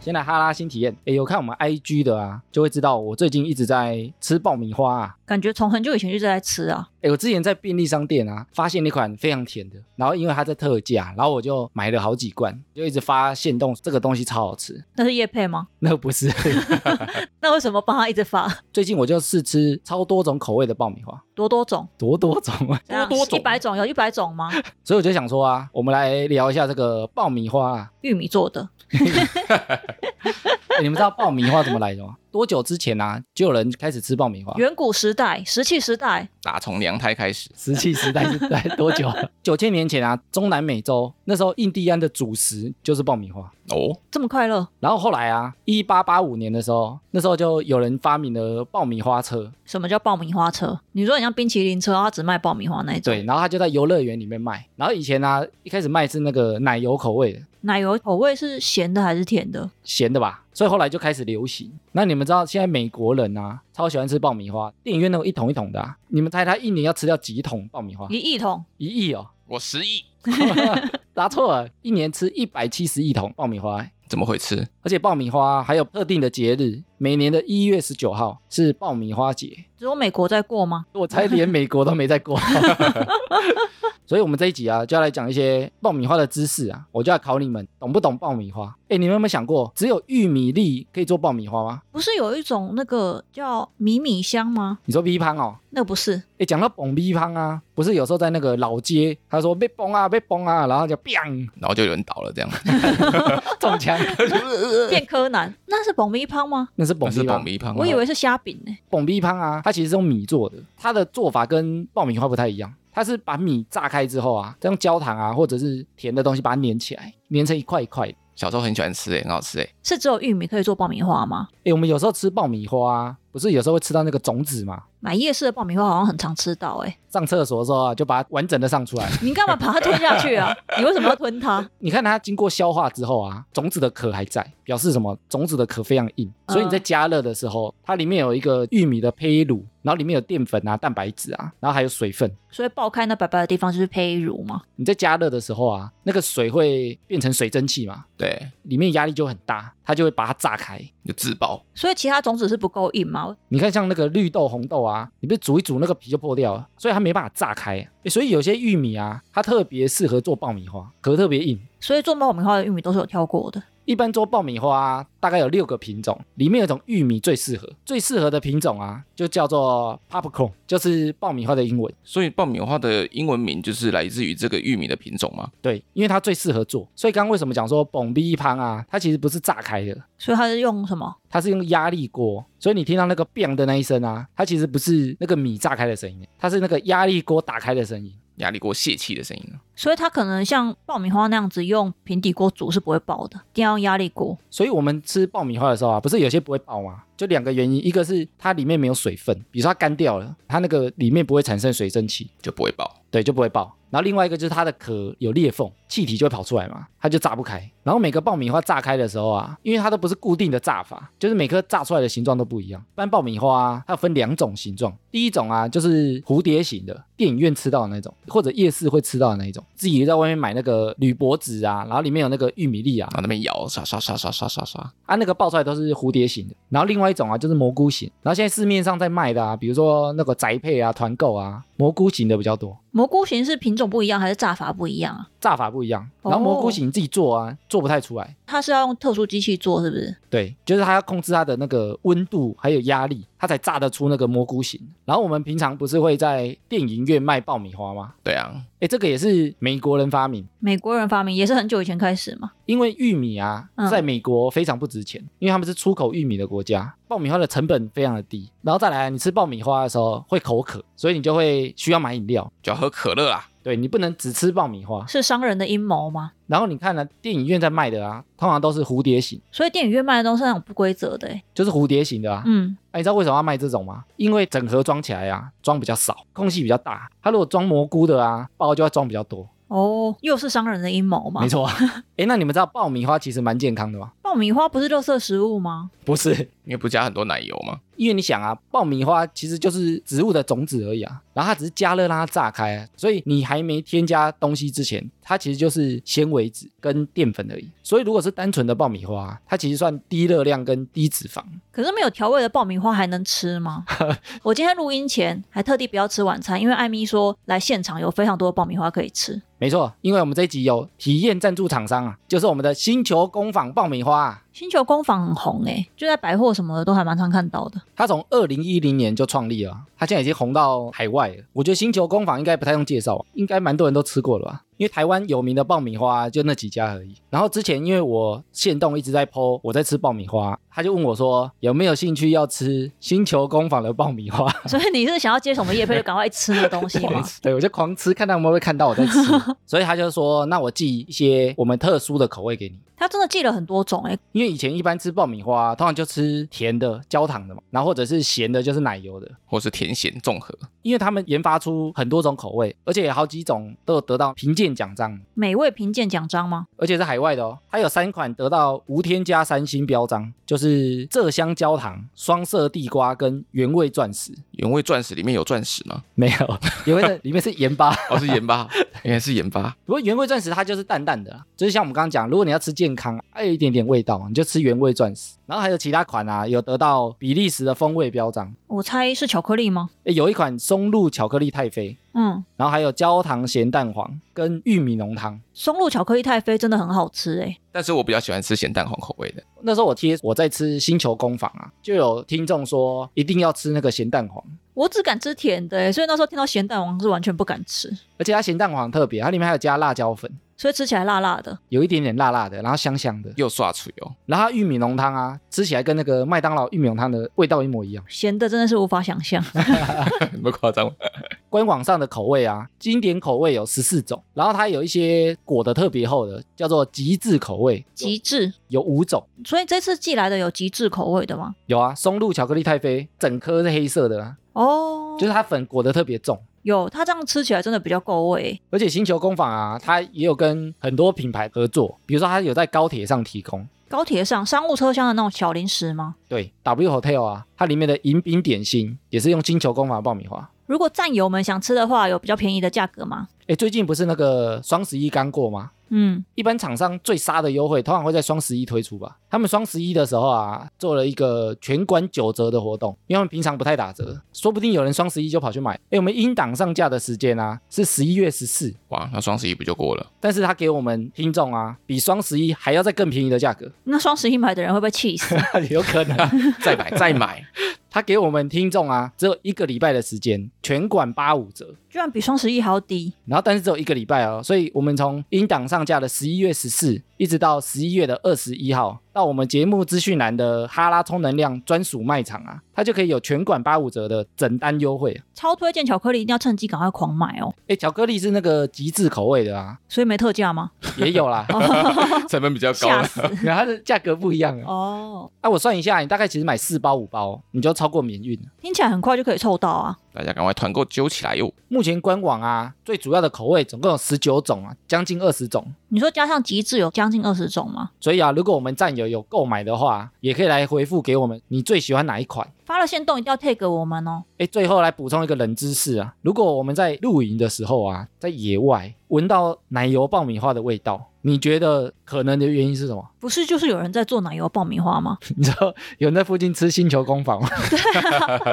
先来哈拉新体验，诶，有看我们 IG 的啊，就会知道我最近一直在吃爆米花啊。感觉从很久以前就在吃啊。诶，我之前在便利商店啊，发现那款非常甜的，然后因为它在特价，然后我就买了好几罐，就一直发现动这个东西超好吃。 那是叶配吗？那不是， 那为什么帮他一直发 最近我就试吃超多种口味的爆米花，多多种？多多种啊，多多种一百种有一百种吗？所以我就想说啊，我们来聊一下这个爆米花啊。玉米做的，诶你们知道爆米花怎么来的吗？多久之前啊，就有人开始吃爆米花？远古时代、石器时代，打从娘胎 开始，石器时代是在多久啊？ 九千年前啊，中南美洲那时候印第安的主食就是爆米花。哦，这么快乐？然后后来啊，一八八五年的时候，那时候就有人发明了爆米花车，什么叫爆米花车？你说你像冰淇淋车，它只卖爆米花那一种。对，，然后他就在游乐园里面卖。然后以前啊，一开始卖是那个奶油口味的，奶油口味是咸的还是甜的？咸的吧，所以后来就开始流行。那你们知道现在美国人啊，超喜欢吃爆米花，电影院那种一桶一桶的、啊，你们猜他一年要吃掉几桶爆米花？一亿桶，一亿哦，我失忆，答错了，一年吃一百七十亿桶爆米花、欸怎么会吃？而且爆米花还有特定的节日，每年的一月十九号是爆米花节。只有美国在过吗？我猜连美国都没在过， 所以我们这一集啊，就要来讲一些爆米花的知识啊。我就要考你们，懂不懂爆米花？哎，你们有没有想过，只有玉米粒可以做爆米花吗？不是有一种那个叫米米香吗？你说 V 胖哦，那不是，哎，讲到蹦 V 胖啊，不是有时候在那个老街，他说被崩啊，被崩啊，然后就 biang 然后就有人倒了，这样中 枪，变柯南，那是爆米胖吗？那是蹦那是 V 爆胖。米胖吗，我以为是虾饼呢。蹦逼汤啊，它其实是用米做的，它的做法跟爆米花不太一样。它是把米炸开之后啊，再用焦糖啊或者是甜的东西把它粘起来，粘成一块一块的。小时候很喜欢吃，哎，很好吃，哎，是只有玉米可以做爆米花吗？诶，我们有时候吃爆米花、啊，不是有时候会吃到那个种子嘛？买夜市的爆米花好像很常吃到哎、上厕所的时候啊，就把它完整的上出来。你干嘛把它吞下去啊？你为什么要吞它？你看它经过消化之后啊，种子的壳还在，表示什么？种子的壳非常硬，所以你在加热的时候，它里面有一个玉米的胚乳，然后里面有淀粉啊、蛋白质啊，然后还有水分。所以爆开那白白的地方就是胚乳嘛。你在加热的时候啊，那个水会变成水蒸气嘛，对，里面压力就很大，它就会把它炸开。就自爆，所以其他种子是不够硬嘛？你看，像那个绿豆、红豆啊，你不是煮一煮，那个皮就破掉了，所以它没办法炸开。诶所以有些玉米啊，它特别适合做爆米花，壳特别硬。所以做爆米花的玉米都是有挑过的。一般做爆米花啊、大概有六个品种，里面有一种玉米最适合，最适合的品种啊，就叫做 popcorn，就是爆米花的英文。所以爆米花的英文名就是来自于这个玉米的品种吗？对，因为它最适合做，所以刚刚为什么讲说蹦逼一旁啊，它其实不是炸开的，所以它是用什么？它是用压力锅，所以你听到那个 “bang” 的那一声啊，它其实不是那个米炸开的声音，它是那个压力锅打开的声音。压力锅泄气的声音呢？所以它可能像爆米花那样子用平底锅煮是不会爆的，一定要用压力锅。所以我们吃爆米花的时候啊，不是有些不会爆吗？就两个原因，一个是它里面没有水分，比如说它干掉了，它那个里面不会产生水蒸气，就不会爆，对，就不会爆。然后另外一个就是它的壳有裂缝，气体就会跑出来嘛，它就炸不开。然后每个爆米花炸开的时候啊，因为它都不是固定的炸法，就是每颗炸出来的形状都不一样。一般爆米花、啊、它有分两种形状，第一种啊就是蝴蝶形的，电影院吃到的那种，或者夜市会吃到的那一种，自己在外面买那个铝箔纸啊，然后里面有那个玉米粒啊然，后那边摇，刷刷刷刷刷刷刷，啊，那个爆出来都是蝴蝶形的，然后另外一种啊就是蘑菇形，然后现在市面上在卖的啊，比如说那个宅配啊、团购啊，蘑菇型的比较多，蘑菇型是品种不一样还是炸法不一样啊？炸法不一样。然后蘑菇型自己做啊，做不太出来，它是要用特殊机器做是不是？对，就是它要控制它的那个温度还有压力，它才炸得出那个蘑菇型。然后我们平常不是会在电影院卖爆米花吗？对啊，哎，这个也是美国人发明。美国人发明也是很久以前开始嘛。因为玉米啊嗯，在美国非常不值钱，因为他们是出口玉米的国家，爆米花的成本非常的低。然后再来，你吃爆米花的时候会口渴，所以你就会需要买饮料。就要喝可乐啊，对你不能只吃爆米花。是商人的阴谋吗？然后你看呢、电影院在卖的啊，通常都是蝴蝶形，所以电影院卖的都是那种不规则的、欸，就是蝴蝶形的啊。嗯，哎，你知道为什么要卖这种吗？因为整盒装起来啊，装比较少，空隙比较大。它如果装蘑菇的啊，爆就要装比较多。哦，又是商人的阴谋嘛没。错啊。哎，那你们知道爆米花其实蛮健康的吗？爆米花不是垃圾食物吗？不是，因为不加很多奶油嘛。因为你想啊，爆米花其实就是植物的种子而已啊，然后它只是加热让它炸开、啊，所以你还没添加东西之前，它其实就是纤维质跟淀粉而已。所以如果是单纯的爆米花，啊它其实算低热量跟低脂肪。可是没有调味的爆米花还能吃吗？我今天录音前还特地不要吃晚餐，因为艾米说来现场有非常多的爆米花可以吃。没错，因为我们这一集有体验赞助厂商啊，就是我们的星球工坊爆米花、啊。星球工坊很红诶、就在百货什么的都还蛮常看到的。它从二零一零年就创立了，它现在已经红到海外了。我觉得星球工坊应该不太用介绍，应该蛮多人都吃过了吧？因为台湾有名的爆米花就那几家而已。然后之前因为我现动一直在 PO 我在吃爆米花，他就问我说有没有兴趣要吃星球工坊的爆米花？所以你是想要接什么叶配就赶快吃那个东西吗？ 对，我就狂吃，看他们会不会看到我在吃。所以他就说，那我寄一些我们特殊的口味给你。它真的寄了很多种欸诶、因为以前一般吃爆米花，通常就吃甜的、焦糖的嘛，然后或者是咸的，就是奶油的。或是甜咸综合，因为他们研发出很多种口味，而且有好几种都有得到评鉴奖章，美味评鉴奖章吗？而且是海外的哦。它有三款得到无添加三星标章，就是麝香焦糖、双色地瓜跟原味钻石。原味钻石里面有钻石吗？没有， 原味的里面是盐巴。哦，是盐巴， 应该是盐巴。不过原味钻石它就是淡淡的啦，就是像我们刚刚讲，如果你要吃健康，还有一点点味道，你就吃原味钻石。然后还有其他款啊，有得到比利时的风味标章，我猜是巧克力吗？诶有一款松露巧克力太妃，嗯，然后还有焦糖咸蛋黄跟玉米浓汤。松露巧克力太妃真的很好吃欸诶、但是我比较喜欢吃咸蛋黄口味的，那时候我贴我在吃星球工坊啊，就有听众说一定要吃那个咸蛋黄，我只敢吃甜的、欸，所以那时候听到咸蛋黄是完全不敢吃，而且它咸蛋黄很特别，它里面还有加辣椒粉，所以吃起来辣辣的。有一点点辣辣的，然后香香的。又刷哦出 油，然后它玉米浓汤啊，吃起来跟那个麦当劳玉米浓汤的味道一模一样。咸的真的是无法想象，那么夸张吗？官网上的口味啊，经典口味有十四种，然后它有一些裹得特别厚的，叫做极致口味，极致。有五种。所以这次寄来的有极致口味的吗？有啊，松露巧克力太妃，整颗是黑色的、啊，哦，就是它粉裹得特别重。有，它这样吃起来真的比较够味欸、而且星球工坊啊，它也有跟很多品牌合作，比如说它有在高铁上提供，高铁上商务车厢的那种小零食吗？对 W Hotel 啊，它里面的迎宾点心也是用星球工坊的爆米花。如果战友们想吃的话，有比较便宜的价格吗？哎，最近不是那个双十一刚过吗？嗯，一般厂商最杀的优惠通常会在双十一推出吧。他们双十一的时候啊，做了一个全馆九折的活动，因为他们平常不太打折，说不定有人双十一就跑去买。哎，我们英档上架的时间啊是十一月十四，哇，那双十一不就过了？ 但是他给我们听众啊比双十一还要再更便宜的价格， 那双十一买的人会不会气死？ 有可能。再买再买，他给我们听众啊，只有一个礼拜的时间，全馆八五折，居然比双十一还要低，然后但是只有一个礼拜哦，所以我们从音档上架的十一月十四，一直到十一月的二十一号，到我们节目资讯栏的哈拉充能量专属卖场啊，它就可以有全馆八五折的整单优惠。超推荐巧克力，一定要趁机赶快狂买哦。哎，巧克力是那个极致口味的啊，所以没特价吗？也有啦，成本比较高吓了。死！然后它的价格不一样啊。哦，啊，我算一下，你大概其实买四包五包，你就超过免运了。听起来很快就可以凑到啊。大家赶快团购揪起来哟！目前官网啊，最主要的口味总共有十九种啊，将近二十种。你说加上极致有将近二十种吗？所以啊，如果我们战友有购买的话，也可以来回复给我们你最喜欢哪一款。发了限动一定要 tag 我们哦。哎，最后来补充一个冷知识啊，如果我们在露营的时候啊，在野外闻到奶油爆米花的味道，你觉得可能的原因是什么？ 不是就是有人在做奶油爆米花吗？你知道有人在附近吃星球工坊吗？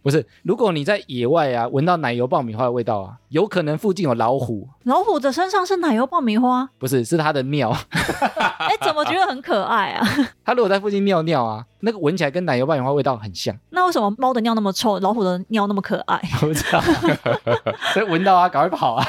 不是，如果你在野外啊闻到奶油爆米花的味道啊，有可能附近有老虎，老虎的身上是奶油爆米花，不是，是它的尿。 哎，怎么觉得很可爱啊？ 它如果在附近尿尿啊，那个闻起来跟奶油爆米花味道很像。那为什么猫的尿那么臭，老虎的尿那么可爱？ 不知道，所以闻到啊，赶快跑啊！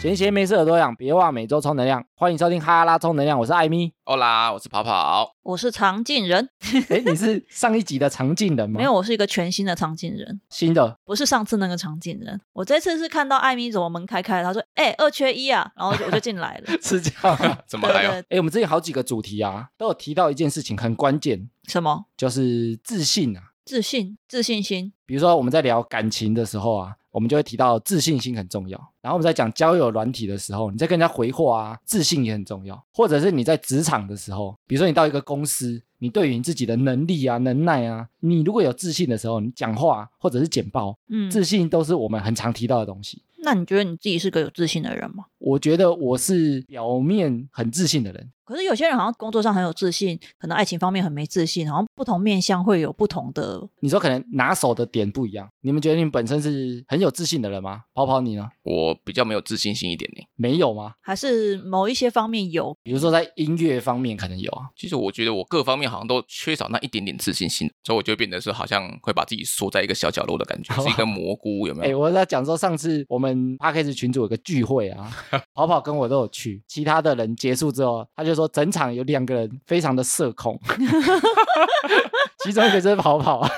闲闲没事耳朵痒，别忘每周充能量。欢迎收听哈拉充能量，我是艾米。哦啦，我是跑跑，我是常进人，哎，你是上一集的常进人吗？没有，我是一个全新的常进人，新的，不是上次那个常进人。我这次是看到艾米怎么门开开了，他说：“哎、二缺一啊！”然后我就我就进来 了。是这样 吗。怎么对还有？对，哎，我啊们之前好几个主题啊，都有提到一件事情很关键，什么？就是自信啊。自信、自信心，比如说我们在聊感情的时候啊，我们就会提到自信心很重要。然后我们在讲交友软体的时候，你在跟人家回话啊，自信也很重要。或者是你在职场的时候，比如说你到一个公司，你对于你自己的能力啊、能耐啊，你如果有自信的时候，你讲话或者是简报，嗯，自信都是我们很常提到的东西。那你觉得你自己是个有自信的人吗？我觉得我是表面很自信的人，可是有些人好像工作上很有自信，可能爱情方面很没自信，好像不同面相会有不同的。你说可能拿手的点不一样。你们觉得你们本身是很有自信的人吗？跑跑你呢？我比较没有自信心一点呢。没有吗？还是某一些方面有，比如说在音乐方面可能有啊，其实我觉得我各方面好像都缺少那一点点自信心，所以我就变得是好像会把自己缩在一个小角落的感觉，是一个蘑菇，有哎、 没有？我在讲说，上次我们 p a c a s 群组有个聚会 啊，跑跑跟我都有去，其他的人结束之后，他就说整场有两个人非常的社恐， 其中一个就是跑跑 啊，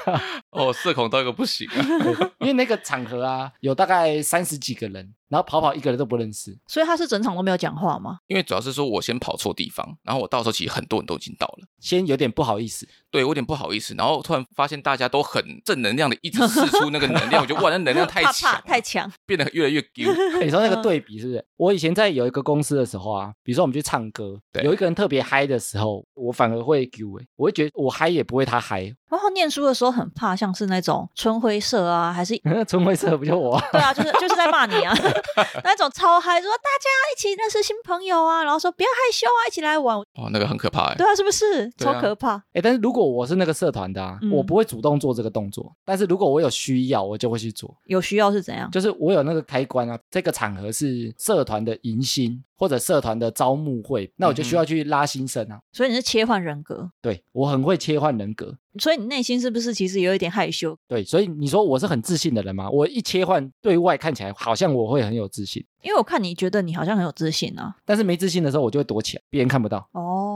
哦，社恐到一个不行啊！ 因为那个场合啊，有大概三十几个人，然后跑跑一个人都不认识，所以他是整场都没有讲话吗？因为主要是说我先跑错地方，然后我到时候其实很多人都已经到了，先有点不好意 思，对我有点不好意思，然后突然发现大家都很正能量的，一直试出那个能量，我觉得哇，那能量太 怕强怕了，太强，变得越来越 Q。欸你说那个嗯对比是不是？我以前在有一个公司的时候啊，比如说我们去唱歌，对有一个人特别嗨的时候，我反而会 Q 欸我会觉得我嗨也不会他嗨。 然后念书的时候很怕，像是那种春晖社啊，还是春晖社不就我？对啊，就是就是在骂你啊， 那种超嗨，说大家一起认识新朋友啊，然后说不要害羞啊，一起来玩，哇，那个很可怕哎对。啊，是不是对啊超可怕？哎、但是如果我是那个社团的啊，嗯我不会主动做这个动作，但是如果我有需要，我就会去做。有需要是怎样？就是我有那个开关啊，这个场合是社团的迎新或者社团的招募会，那我就需要去拉新生啊。所以你是切换人格，对我很会切换人格，所以你内心是不是其实有一点害羞？对，所以你说我是很自信的人吗？我一切换对外看起来好像我会很有自信。因为我看你觉得你好像很有自信啊。但是没自信的时候，我就会躲起来，别人看不到。哦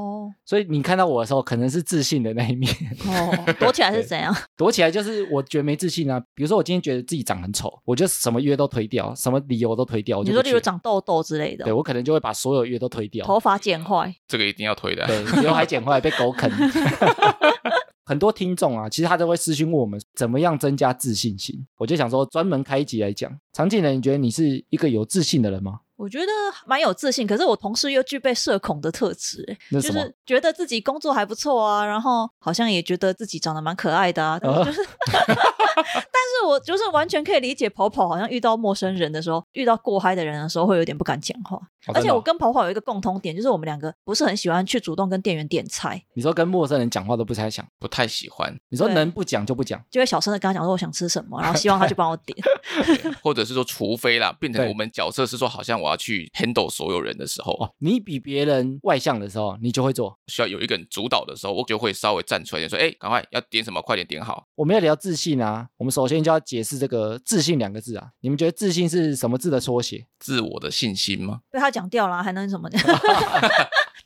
所以你看到我的时候，可能是自信的那一面。哦，躲起来是怎样？躲起来就是我觉得没自信啊。比如说我今天觉得自己长很丑，我就什么约都推掉，什么理由都推掉。我你就说不例去如长痘痘之类的对，我可能就会把所有约都推掉。头发剪坏，这个一定要推的。对，刘海剪坏被狗啃。 很多听众啊，其实他都会私讯问我们怎么样增加自信心。我就想说，专门开一集来讲。常进人，你觉得你是一个有自信的人吗？我觉得蛮有自信。可是我同事又具备社恐的特质、欸，那是就什么？是觉得自己工作还不错啊，然后好像也觉得自己长得蛮可爱的啊，但哦是就是， 但是我就是完全可以理解跑跑好像遇到陌生人的时候，遇到过嗨的人的时候会有点不敢讲话。哦而真且的哦我跟跑跑有一个共通点，就是我们两个不是很喜欢去主动跟店员点菜，你说跟陌生人讲话都不太想，不太喜欢，你说对能不讲就不讲。就会小声的跟他讲说我想吃什么，然后希望他去帮我 点。对或者是说，除非啦，变成对我们角色是说，好像我要去 handle 所有人的时候，哦，你比别人外向的时候，你就会做。需要有一个人主导的时候，我就会稍微站出来一点说，哎，赶快要点什么，快点点好。我们要聊自信啊，我们首先就要解释这个“自信”两个字啊。你们觉得自信是什么字的缩写？自我的信心吗？被他讲掉了，还能 什么呢？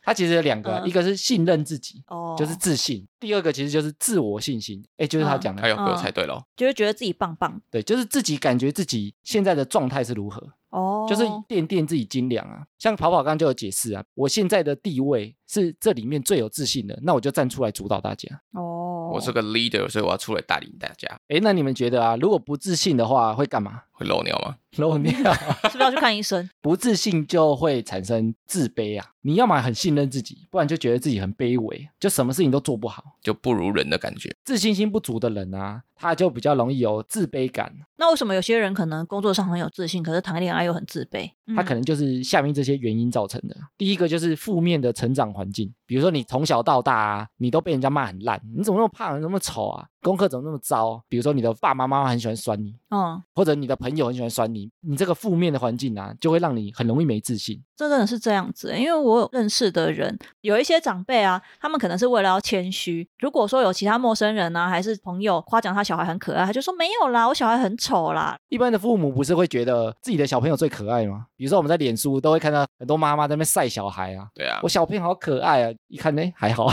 它其实有两个啊，嗯一个是信任自己，哦，就是自信；第二个其实就是自我信心，哎，就是他讲的，哎呦，被我嗯猜对了，就会觉得自己棒棒对，就是自己感觉自己现在的状态是如何，哦，就是掂掂自己斤两啊。像跑跑刚刚就有解释啊，我现在的地位是这里面最有自信的，那我就站出来主导大家。哦，我是个 leader，所以我要出来带领大家。哎，那你们觉得啊，如果不自信的话会干嘛？ 会漏尿吗？漏尿。是不是要去看医生？ 不自信就会产生自卑啊！你要么很信任自己，不然就觉得自己很卑微，就什么事情都做不好。就不如人的感觉。自信心不足的人啊，他就比较容易有自卑感，那为什么有些人可能工作上很有自信，可是谈恋爱又很自卑？他可能就是下面这些原因造成的。第一个就是负面的成长环境，比如说你从小到大啊，你都被人家骂很烂，你怎么那么胖，你怎么那么丑啊，功课怎么那么糟？比如说你的爸爸妈妈很喜欢酸你，嗯，嗯，或者你的朋友很喜欢酸你，你这个负面的环境啊，就会让你很容易没自信。这真的是这样子欸、因为我有认识的人，有一些长辈啊，他们可能是为了要谦虚。如果说有其他陌生人啊，还是朋友夸奖他小孩很可爱，他就说没有啦，我小孩很丑啦。一般的父母不是会觉得自己的小朋友最可爱吗？比如说我们在脸书都会看到很多妈妈在那边晒小孩啊，对啊 我，小朋友好可爱啊，一看呢还好，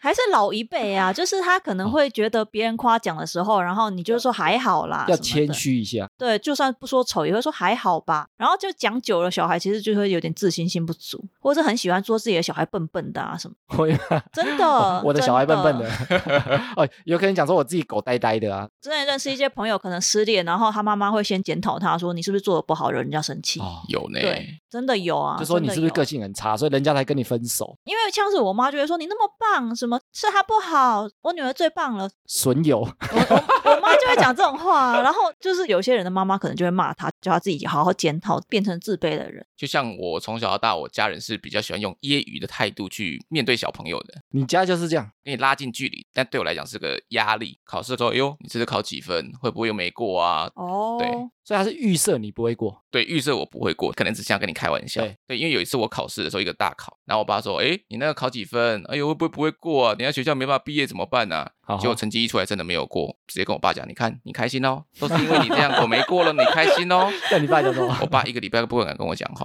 还是老一辈啊，就是他可能会觉得别人夸奖的时候，然后你就说还好啦，哦要什么的谦。虚一下。 对，就算不说丑，也会说还好吧。然后就讲久了，小孩其实就会有点自信心不足，或者是很喜欢说自己的小孩笨笨的啊什么。我以为真的， 哦我的哦真小孩笨笨的的。， 哦，有可能讲说我自己狗呆呆的 啊。之前认识一些朋友，可能失恋，然后他妈妈会先检讨他说：“你是不是做的不好，惹人家生气？”哦，有呢，对，真的有啊，就说你真的是不是有个性很差，所以人家才跟你分手，因为像是我妈就会说：“你那么棒，什么是她不好，我女儿最棒了。损友。 我”我妈就会讲这种话，啊然后就是有些人的妈妈可能就会骂她，叫她自己好好检讨，变成自卑的人。就像我从小到大，我家人是比较喜欢用揶揄的态度去面对小朋友的，你家就是这样，给你拉近距离。但对我来讲是个压力。考试的时候，哎哟，你这次考几分？会不会又没过啊？哦对所以他是预设你不会过，对，预设我不会过，可能只想跟你开玩笑。对因为有一次我考试的时候，一个大考，然后我爸说：“哎，你那个考几分？哎呦，会不会不会过啊？等一下学校没办法毕业怎么办呢、好啊？”结果成绩一出来，真的没有过，直接跟我爸讲：“你看，你开心哦，都是因为你这样，我没过了，你开心哦。？那你爸叫什么” 我爸一个礼拜都不敢跟我讲话，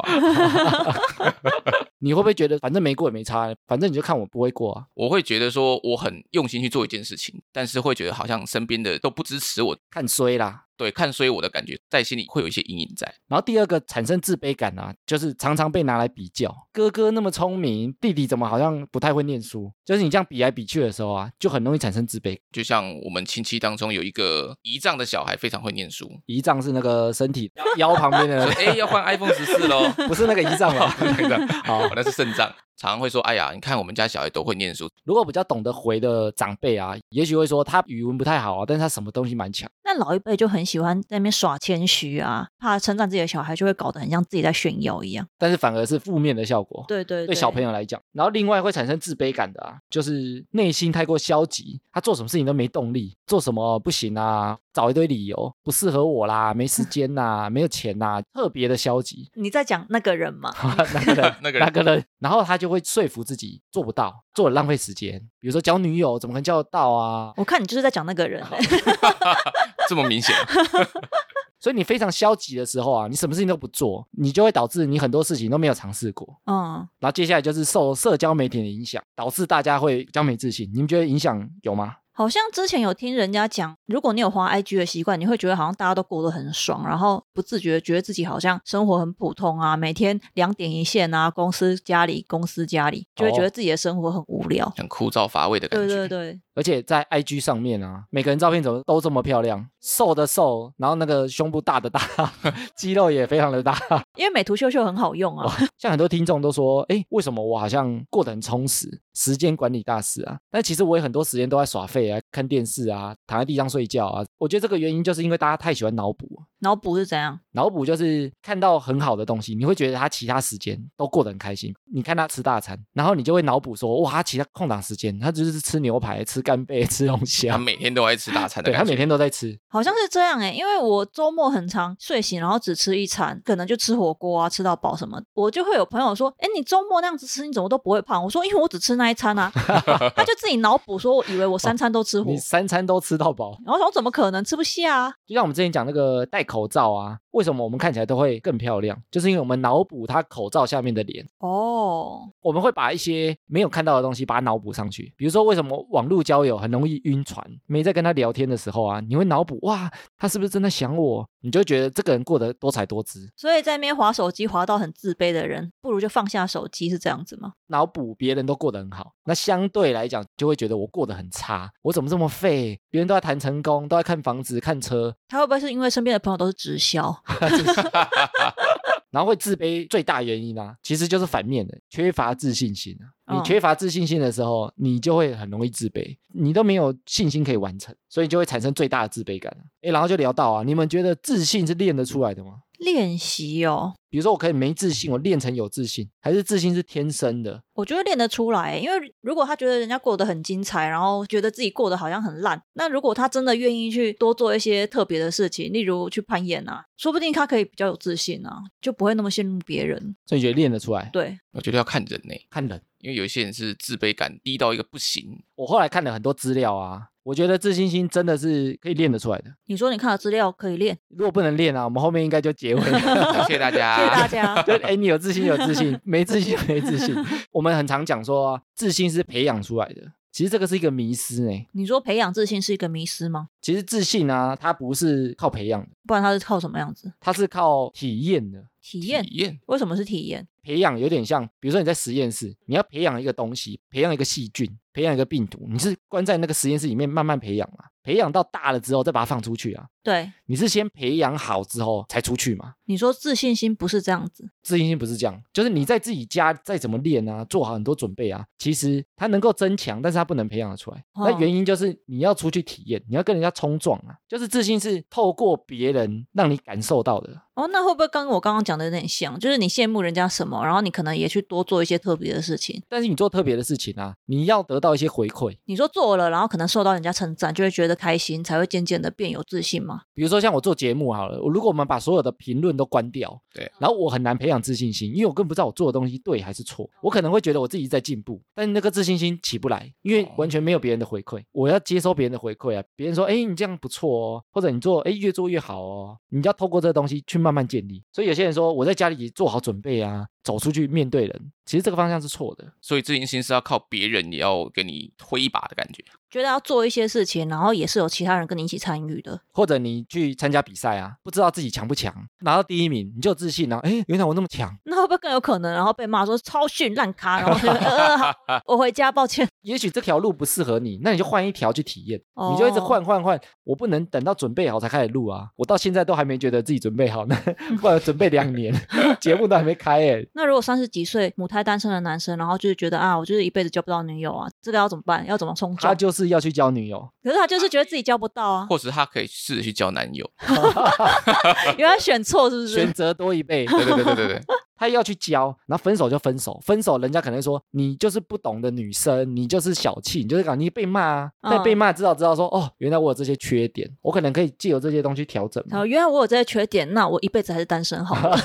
你会不会觉得反正没过也没差，反正你就看我不会过啊，我会觉得说我很用心去做一件事情，但是会觉得好像身边的都不支持我，看衰啦。对，看衰我的感觉，在心里会有一些阴影在。然后第二个产生自卑感啊，就是常常被拿来比较，哥哥那么聪明，弟弟怎么好像不太会念书？就是你这样比来比去的时候啊，就很容易产生自卑。就像我们亲戚当中有一个姨丈的小孩非常会念书，胰脏是那个身体腰旁边的说那 哎要换 iPhone 十四喽， 个，不是那个啊胰脏哦 吧？不是 那个好哦，那是肾脏，常常会说，哎呀，你看我们家小孩都会 念书，如果比较懂得回的长辈啊，也许会说他语文不太好啊，但是他什么东西蛮强。那老一辈就很喜欢在那边耍谦虚啊，怕称赞自己的小孩，就会搞得很像自己在炫耀一样。但是反而是负面的效果。对对对，。对小朋友来讲，然后另外会产生自卑感的啊，就是内心太过消极，他做什么事情都没动力，做什么不行啊，找一堆理由，不适合我啦，没时间呐，没有钱呐，特别的消极 你在讲那个人嘛？那个人， 那个那人个人，然后他就会说服自己做不到，做很浪费时间。比如说交女友，怎么可能交得到啊？我看你就是在讲那个人、欸。这 么明显，所以你非常消极的时候啊，你什么事情都不做，你就会导致你很多事情都没有尝试过。嗯，然后接下来就是受社交媒体的影响，导致大家会比较没自信。你们觉得影响有吗？好像之前有听人家讲，如果你有滑 IG 的习惯，你会觉得好像大家都过得很爽，然后不自觉地觉得自己好像生活很普通啊，每天两点一线啊，公司家里公司家里，就会觉得自己的生活很无聊。很枯燥乏味的感对对觉。对，而且在 IG 上面啊，每个人照片怎么都这么漂亮，瘦的瘦，然后那个胸部大的 大，肌肉也非常的大。因为美图秀秀很好用啊。像很多听众都说，哎，为什么我好像过得很充实？时间管理大师啊，但其实我有很多时间都在耍废啊，看电视啊，躺在地上睡觉啊。我觉得这个原因就是因为大家太喜欢脑补啊，脑补是怎样？脑补就是看到很好的东西，你会觉得他其他时间都过得很开心。你看他吃大餐，然后你就会脑补说，哇，他其他空档时间，他就是吃牛排、吃干贝、吃龙他虾，每天都爱吃大餐的对他感觉，每天都在吃。好像是这样欸诶、因为我周末很常睡醒，然后只吃一餐，可能就吃火锅啊，吃到饱什么。我就会有朋友说：“诶，你周末那样子吃，你怎么都不会胖？”我说：“因为我只吃那一餐啊。” 他就自己脑补说：“我以为我三餐都吃火你三餐都吃到饱，然后我想我怎么可能吃不下啊？就像我们之前讲那个戴口罩啊，为什么我们看起来都会更漂亮？就是因为我们脑补它口罩下面的脸，哦，我们会把一些没有看到的东西把它脑补上去。比如说，为什么网络交友很容易晕船？没在跟他聊天的时候啊，你会脑补哇，他是不是真的想我？你就会觉得这个人过得多彩多姿。所以在那边划手机划到很自卑的人，不如就放下手机，是这样子吗？脑补别人都过得很好，那相对来讲就会觉得我过得很差，我怎么这么废？别人都在谈成功，都在看房子、看车，他会不会是因为身边的朋友都是直销？ 然后会自卑最大原因啊，其实就是反面的，缺乏自信心啊。你嗯缺乏自信心的时候，你就会很容易自卑，你都没有信心可以完成，所以就会产生最大的自卑感啊。诶，然后就聊到啊，你们觉得自信是练得出来的吗？练习哦，比如说我可以没自信，我练成有自信，还是自信是天生的？我觉得练得出来，因为如果他觉得人家过得很精彩，然后觉得自己过得好像很烂，那如果他真的愿意去多做一些特别的事情，例如去攀岩啊，说不定他可以比较有自信啊，就不会那么羡慕别人。所以你觉得练得出来？对，我觉得要看人呢、看人。因为有一些人是自卑感低到一个 不行，我后来看了很多资料啊，我觉得自信心真的是可以练得出来的。你说你看的资料可以练，如果不能练啊，我们后面应该就结婚了。 谢谢大家， 谢谢大家。就哎、你啊有自信有自信，没自信没自信。我们很常讲说，自信是培养出来的，其实这个是一个迷失哎、你说培养自信是一个迷失吗？其实自信啊，它不是靠培养的，不然它是靠什么样子？它是靠体验的。体验？体验为什么是体验？培养有点像，比如说你在实验室，你要培养一个东西，培养一个细菌，培养一个病毒，你是关在那个实验室里面慢慢培养嘛，培养到大了之后再把它放出去啊。对，你是先培养好之后才出去嘛？你说自信心不是这样子，自信心不是这样，就是你在自己家再怎么练啊，做好很多准备啊，其实它能够增强，但是它不能培养得出来。哦那原因就是你要出去体验，你要跟人家冲撞啊，就是自信是透过别人让你感受到的。哦，那会不会跟我刚刚讲的有点像？就是你羡慕人家什么，然后你可能也去多做一些特别的事情。但是你做特别的事情啊，你要得到一些回馈，你说做了，然后可能受到人家称赞，就会觉得开心，才会渐渐的变有自信嘛。比如说像我做节目好了，我如果我们把所有的评论都关掉，对，然后我很难培养自信心，因为我根本不知道我做的东西对还是错，我可能会觉得我自己在进步，但是那个自信心起不来，因为完全没有别人的回馈，我要接收别人的回馈啊，别人说，哎，你这样不错哦，或者你做，哎，越做越好哦，你要透过这个东西去慢慢建立。所以有些人说，我在家里做好准备啊，走出去面对人，其实这个方向是错的。所以自信心是要靠别人也要给你推一把的感觉。觉得要做一些事情，然后也是有其他人跟你一起参与的。或者你去参加比赛啊，不知道自己强不强，拿到第一名你就有自信了、啊，哎，原来我那么强，那会不会更有可能，然后被骂说超逊烂咖，然后就呃， 好我回家，抱歉。也许这条路不适合你，那你就换一条去体验，哦你就一直换换换。我不能等到准备好才开始录啊！我到现在都还没觉得自己准备好呢， 不然准备两年， 节目都还没开哎。那如果三十几岁母胎单身的男生，然后就是觉得啊，我就是一辈子交不到女友啊，这个要怎么办？要怎么冲他撞？就是要去交女友，可是他就是觉得自己交不到啊，或者他可以试着去交男 友， 原来选错是不选是？择多一倍。对对对对对 对，他要去交，然后分手就分手，分手人家可能说你就是不懂的女生，你就是小气，你就是感觉被骂啊。嗯但被骂知道知道说哦，原来我有这些缺点，我可能可以借由这些东西调整嘛。然后原来我有这些缺点，那我一辈子还是单身好 了，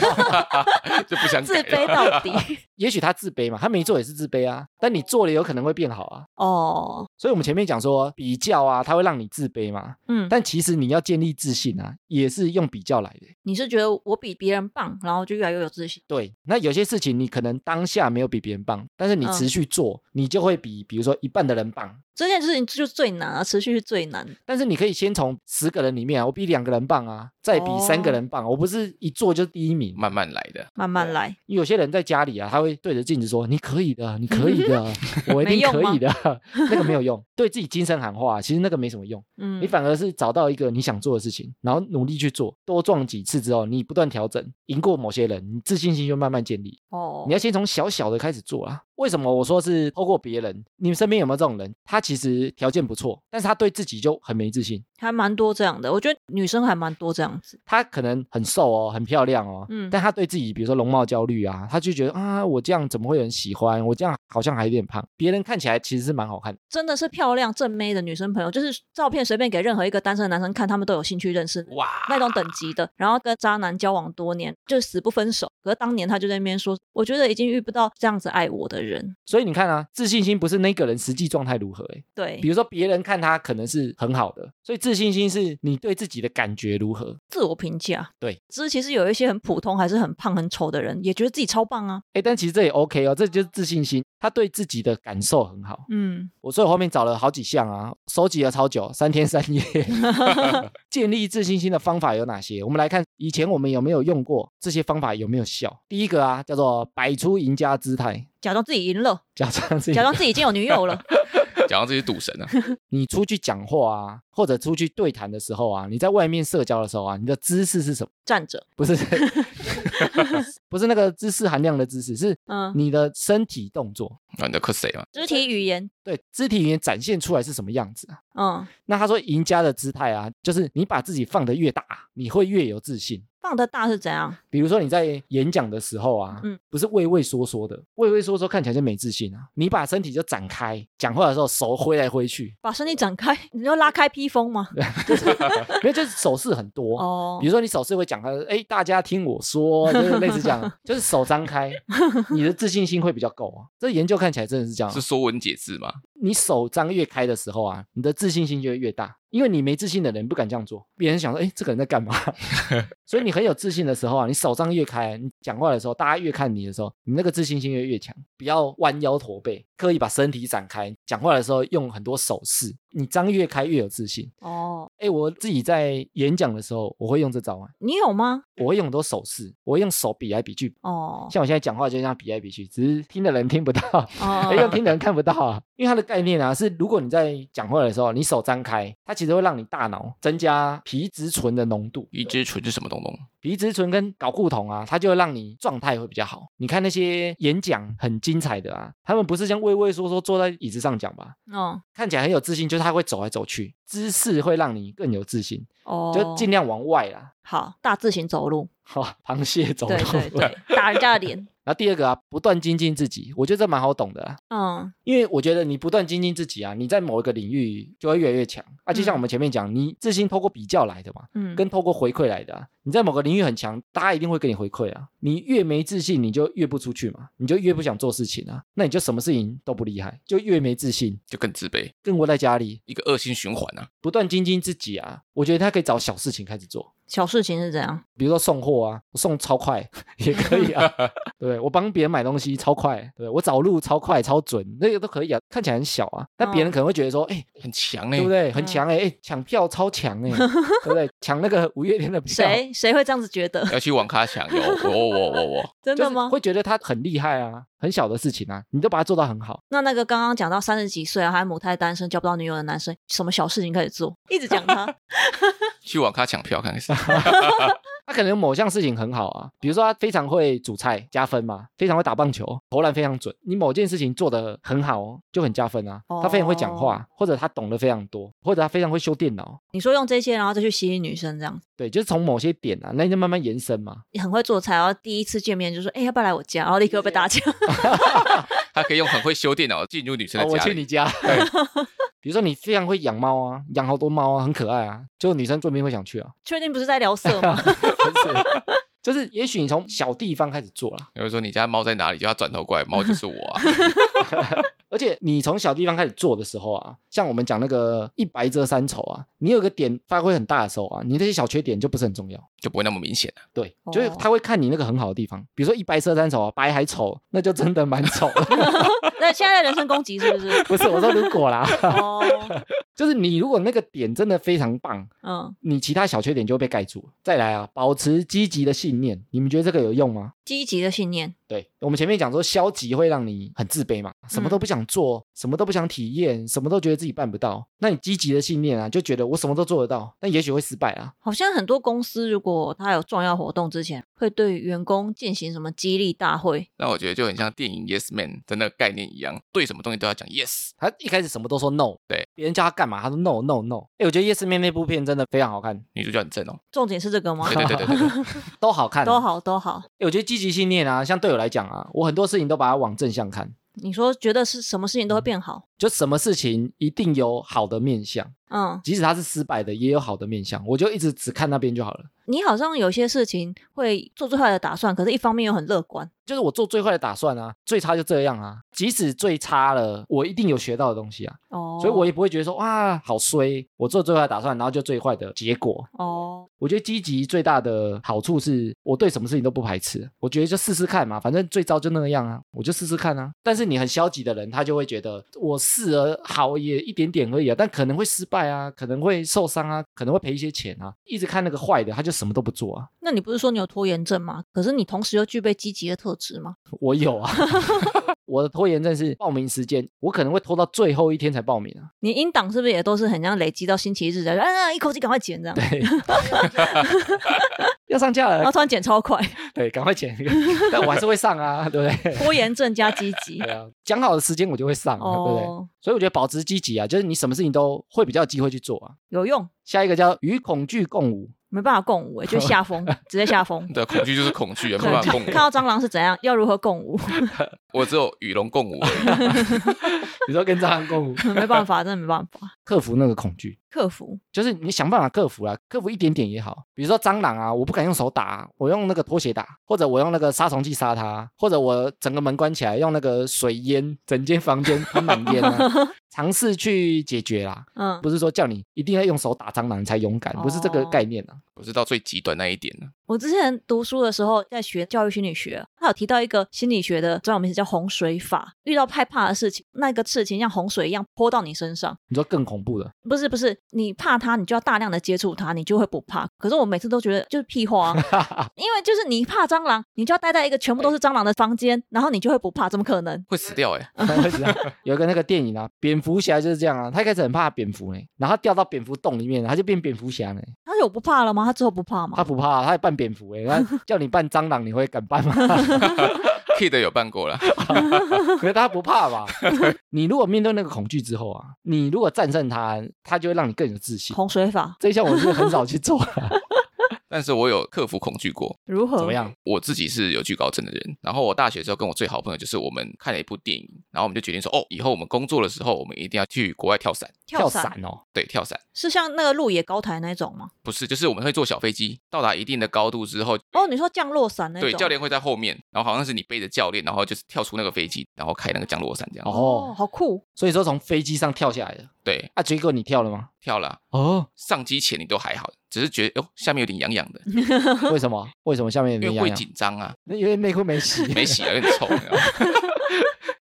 就不想自改卑了。到底。也许他自卑嘛，他没做也是自卑啊，但你做了有可能会变好啊。哦，所以我们前面讲说比较啊，它会让你自卑嘛，嗯，但其实你要建立自信啊，也是用比较来的。你是觉得我比别人棒，然后就越来越有自信。对，那有些事情你可能当下没有比别人棒，但是你嗯持续做，你就会比比如说一半的人棒。这件事情就是最难啊，持续是最难。但是你可以先从十个人里面啊，我比两个人棒啊，再比三个哦人棒，啊我不是一做就第一名。慢慢来的，慢慢来，因为有些人在家里啊，他会对着镜子说：“你可以的，你可以 的，我一没定用可吗以的。” 那个没有用，对自己精神喊话啊、其实那个没什么用。嗯你，反而是找到一个你想做的事情，然后努力去做，多撞几次之后，你不断调整，赢过某些人，你自信心就慢慢建立。哦你，要先从小小的开始做啊。为什么我说是透过别人？你们身边有没有这种人？他其实条件不错，但是他对自己就很没自信。还蛮多这样的，我觉得女生还蛮多这样子。他可能很瘦哦，很漂亮哦，嗯但他对自己，比如说容貌焦虑啊，他就觉得啊，我这样怎么会有人喜欢？我这样好像还有点胖，别人看起来其实是蛮好看的。真的是漂亮正妹的女生朋友，就是照片随便给任何一个单身的男生看，他们都有兴趣认识 哇，那种等级的。然后跟渣男交往多年，就死不分手。可是当年他就在那边说，我觉得已经遇不到这样子爱我的人。所以你看啊，自信心不是那个人实际状态如何、欸，对嗯比，如说别人看他可能是很好的，所以自信心是你对自己的感觉如何。自我评价。对，只是其实有一些很普通，还是很胖很丑的人，也觉得自己超棒啊。哎，但其实这也 OK 哦，这就是自信心，他对自己的感受很好。嗯，我所以后面找了好几项啊，收集了超久，三天三 夜。建立自信心的方法有哪些？我们来看以前我们有没有用过这些方法有没有效。第一个啊，叫做摆出赢家姿态，假装自己赢了，假装自己假装自己已经有女友了。讲到这些赌神啊， 你出去讲话啊，或者出去对谈的时候啊，你在外面社交的时候啊，你的姿势是什么？站着，不是， 不是那个知识含量的知识，是嗯，你的身体动作，啊，你在克谁嘛？肢体语言，对肢体语言展现出来是什么样子啊？嗯，那他说赢家的姿态啊，就是你把自己放得越大，你会越有自信。放得大是怎样？比如说你在演讲的时候啊，嗯，不是畏畏缩缩的，畏畏缩缩看起来就没自信啊。你把身体就展开，讲话的时候手挥来挥去把身体展开，你要拉开披 风吗？因为就是手势很多。哦比，如说你手势会讲开，哎，大家听我说，就是类似这样，就是手张开，你的自信心会比较够啊。这研究看起来真的是这样啊，是《说文解字》吗？你手张越开的时候啊，你的自信心就会越大，因为你没自信的人不敢这样做，别人想说，哎，这个人在干嘛？所以你很有自信的时候啊，你手张越开，你讲话的时候，大家越看你的时候，你那个自信心越越强。不要弯腰驼背，刻意把身体展开，讲话的时候用很多手势，你张越开越有自信。哦，哎，我自己在演讲的时候，我会用这招啊，你有吗？我会用很多手势，我会用手比来比去。哦像我现在讲话就这样比来比去，只是听的人听不到，哦哎，用 听的人看不到啊。因为它的概念啊是，如果你在讲话的时候，你手张开，它其实会让你大脑增加皮质醇的浓度。一只唇是什么东东？皮质醇跟睾固酮啊，它就会让你状态会比较好。你看那些演讲很精彩的啊，他们不是像畏畏缩缩坐在椅子上讲吧？哦看起来很有自信，就是他会走来走去，姿势会让你更有自信，哦，就尽量往外啦。 好大字型走路，好、螃蟹走路。对对 对，打人家的脸，然后第二个啊，不断精进自己，我觉得这蛮好懂的啊。嗯因为我觉得你不断精进自己啊，你在某一个领域就会越来越强啊。就像嗯我们前面讲，你自信透过比较来的嘛，嗯，跟透过回馈来的、啊。你在某个领域很强，大家一定会给你回馈啊。你越没自信，你就越不出去嘛，你就越不想做事情啊，那你就什么事情都不厉害，就越没自信，就更自卑，更窝在家里，一个恶性循环啊！不断精进自己啊。我觉得他可以找小事情开始做，小事情是怎样？比如说送货啊，我送超 快也可以啊，对我帮别人买东西超快，对我找路超快超准，那个都可以啊，看起来很小啊，但别人可能会觉得说，哎、很强哎、对不对？很嗯强哎、欸欸抢票超强 哎、对不对？抢那个五月天的票，谁谁会这样子 觉得？要去网咖抢有我我我我，真就的是吗？会觉得他很厉害啊，很小的事情啊，你都把它做到很好。那那个刚刚讲到三十几岁啊，还母胎单身交不到女友的男生，什么小事情开始做，一直 讲他去网咖抢票看看。他可能某项事情很好啊，比如说他非常会煮菜，加分嘛；非常会打棒球，投篮非常准。你某件事情做得很好哦，就很加分啊。他非常会讲哦话，或者他懂得非常多，或者他非常会修电脑。你说用这些，然后再去吸引女生，这样子对，就是从某些点啊，那你就慢慢延伸嘛。你很会做菜，然后第一次见面就说，哎、要不要来我家？然后立刻被打架。他可以用很会修电脑进入女生哦，的我家去里。你家。比如说你非常会养猫啊，养好多猫啊，很可爱啊，就女生说不定会想去啊。 确定不是在聊色吗？真是，就是也许你从小地方开始做啦，有人说你家猫在哪里，就要转头过来，猫就是我啊！ 而且你从小地方开始做的时候啊，像我们讲那个一白遮三丑啊，你有个点发挥很大的时候啊，你那些小缺点就不是很重要。就不会那么明显啊了、对，哦就是他会看你那个很好的地方，比如说一白遮三丑啊，白还丑，那就真的蛮丑的。 那现在的人身攻击是不是？不是我说如果啦， 哦，就是你如果那个点真的非常棒，嗯，你其他小缺点就会被盖住。再来啊，保持积极的信念，你们觉得这个有用吗？积极的信念，对我们前面讲说，消极会让你很自卑嘛，什么嗯都不想做，什么都不想体验，什么都觉得自己办不到。那你积极的信念啊，就觉得我什么都做得到，但也许会失败啊。好像很多公司如果他有重要活动之前，会对员工进行什么激励大会，那我觉得就很像电影《Yes Man》的那个概念一样，对什么东西都要讲 Yes。他一开始什么都说 no，对，别人叫他干嘛，他说 no no no。哎，我觉得《夜市面》那部片真的非常好看，女主角很正哦，重点是这个吗对？对对对对对，都好看、 都。好都好，哎，我觉得积极信念啊，像对我来讲啊，我很多事情都把它往正向看，你说觉得是什么事情都会变好，就什么事情一定有好的面相，嗯，即使它是失败的，也有好的面相，我就一直只看那边就好了。你好像有些事情会做最坏的打算，可是一方面又很乐观。就是我做最坏的打算啊，最差就这样啊。即使最差了，我一定有学到的东西啊，哦所以我也不会觉得说哇好衰，我做最坏的打算，然后就最坏的结果。哦，我觉得积极最大的好处是我对什么事情都不排斥，我觉得就试试看嘛，反正最糟就那样啊，我就试试看啊。但是你很消极的人，他就会觉得我试而好也一点点而已啊，但可能会失败啊，可能会受伤啊，可能会赔一些钱啊。一直看那个坏的，他就什么都不做啊。那你不是说你有拖延症吗？可是你同时又具备积极的特质吗？我有啊，我的拖延症是报名时间，我可能会拖到最后一天才报名啊。你音档是不是也都是很像累积到星期日才，啊，一口气赶快剪这样，对，要上架然后了，突然剪超快，对，赶快剪，但我还是会上啊，对不对？ 拖延症加积极对。啊，讲好的时间我就会上啊，对不对？哦，所以我觉得保持积极啊，就是你什么事情都会比较有机会去做啊。有用，下一个叫与恐惧共舞，没办法共舞，欸 就下风，直接下风。对，恐惧就是恐惧，啊没办法共舞看。到蟑螂是怎样，要如何共舞？ 我只有与龙共舞而已，你说跟蟑螂共舞，没办法，真的没办法克服那个恐惧。克服。就是你想办法克服啦，克服一点点也好。比如说蟑螂啊，我不敢用手打啊，我用那个拖鞋打，或者我用那个杀虫剂杀它，或者我整个门关起来，用那个水淹整间房间喷满烟啊，尝试去解决啦。嗯，不是说叫你一定要用手打蟑螂才勇敢，不是这个概念啊。我是到最极端那一点了。我之前读书的时候在学教育心理学，他有提到一个心理学的专有名词叫洪水法。遇到害怕的事情，那个事情像洪水一样泼到你身上，你说更恐怖的，不是不是，你怕它，你就要大量的接触它，你就会不怕。可是我每次都觉得就是屁话、啊， 因为就是你怕蟑螂，你就要待在一个全部都是蟑螂的房间，然后你就会不怕，怎么可能？会死掉哎、有一个那个电影啊，蝙蝠侠就是这样啊，他一开始很怕蝙蝠呢，然后他掉到蝙蝠洞里面，他就变蝙蝠侠呢，他有不怕了吗？他之后不怕吗他？不怕，他还扮蝙蝠哎，他叫你扮蟑螂，你会敢扮吗？ Kid 有办过了，可是他不怕吧？ 你如果面对那个恐惧之后啊，你如果战胜他，他就会让你更有自信。洪水法这一项我是很少去做啊， 但是我有克服恐惧过。如何？怎么？样？我自己是有惧高症的人，然后我大学的时候跟我最好朋友就是我们看了一部电影，然后我们就决定说，哦，以后我们工作的时候，我们一定要去国外跳伞。跳伞伞哦，对，跳伞是像那个路野高台那种吗？不是，就是我们会坐小飞机，到达一定的高度之后，哦，你说降落伞那种？对，教练会在后面，然后好像是你背着教练，然后就是跳出那个飞机，然后开那个降落伞这样。哦哦，好酷！所以说从飞机上跳下来的对，啊，结果你跳了吗？跳了啊。哦，上机前你都还好，只是觉得哦下面有点痒痒的，为什么？为什么下面有因点为痒会痒？紧张啊，那因为内裤没洗，没洗啊，有点臭。你知道吗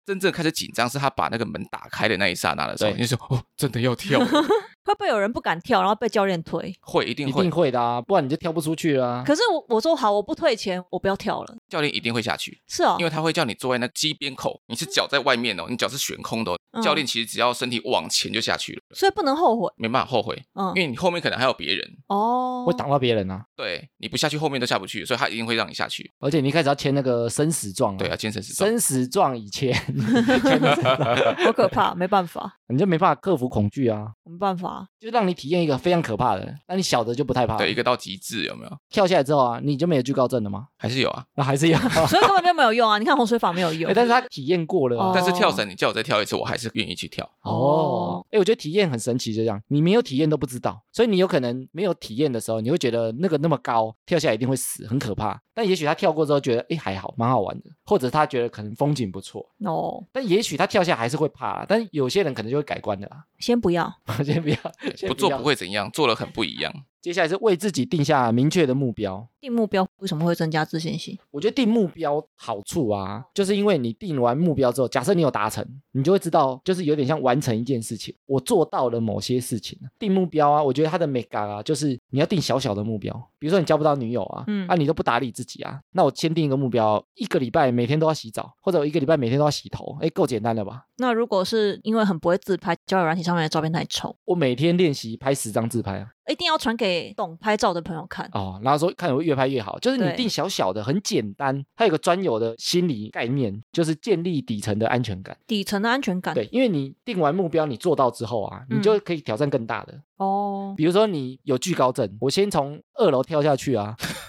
真正开始紧张是他把那个门打开的那一刹那的时候，对你就说哦，真的要跳了，会不会有人不敢跳，然后被教练推？会一定一会，定会的啊，不然你就跳不出去啊啦、可是我我说好，我不退钱，我不要跳了。教练一定会下去，是哦因，为他会叫你坐在那个机边口，你是脚在外面哦，你脚是悬空的、哦，嗯教练其实只要身体往前就下去了，所以不能后悔。没办法后悔，嗯因，为你后面可能还有别人，哦，会挡到别人啊。对你不下去后面都下不去，所以他一定会让你下去。而且你一开始要签那个生死状、嗯啊，对啊，，健身是这样生死状以前， 签了生死状好可怕，没办法，你就没办法克服恐惧啊，没办 法。就让你体验一个非常可怕的。那你小的就不太怕，对一个到极致有没有？跳下来之后啊，你就没有惧高症了吗？还是有啊，那还是有，所以根本就没有用啊！你看洪水法没 有 用欸、，但是他体验过了啊、哦但是跳伞你叫我再跳一次，我还是愿意去跳。哦，哎、我觉得体验很神奇，就这样，你没有体验都不知道，所以你有可能没有体验的时候，你会觉得那个那么高，跳下来一定会死，很可怕。但也许他跳过之后觉得，哎、还好，蛮好玩的，或者他觉得可能风景不错，哦，但也许他跳下来还是会怕啦。但有些人可能就会改观的啦。 先不要。先不要，先不做要不。会怎样，做了很不一样。 接下来是为自己定下明确的目标。定目标为什么会增加自信心？我觉得定目标好处啊，就是因为你定完目标之后，假设你有达成，你就会知道，就是有点像完成一件事情，我做到了某些事情。定目标啊，我觉得它的美感啊，就是你要定小小的目标，比如说你交不到女友啊，嗯啊你都不打理自己啊，那我先定一个目标，一个礼拜每天都要洗澡，或者我一个礼拜每天都要洗头，哎，够简单了吧？那如果是因为很不会自拍，交友软体上面的照片太丑，我每天练习拍十张自拍啊，一定要传给懂拍照的朋友看。哦，然后说看有越拍越好，就是你对定小小的，很简单，它有个专有的心理概念，就是建立底层的安全感。底层的安全感。对，因为你定完目标，你做到之后啊，你嗯就可以挑战更大的。哦，比如说你有惧高症，我先从二楼跳下去啊，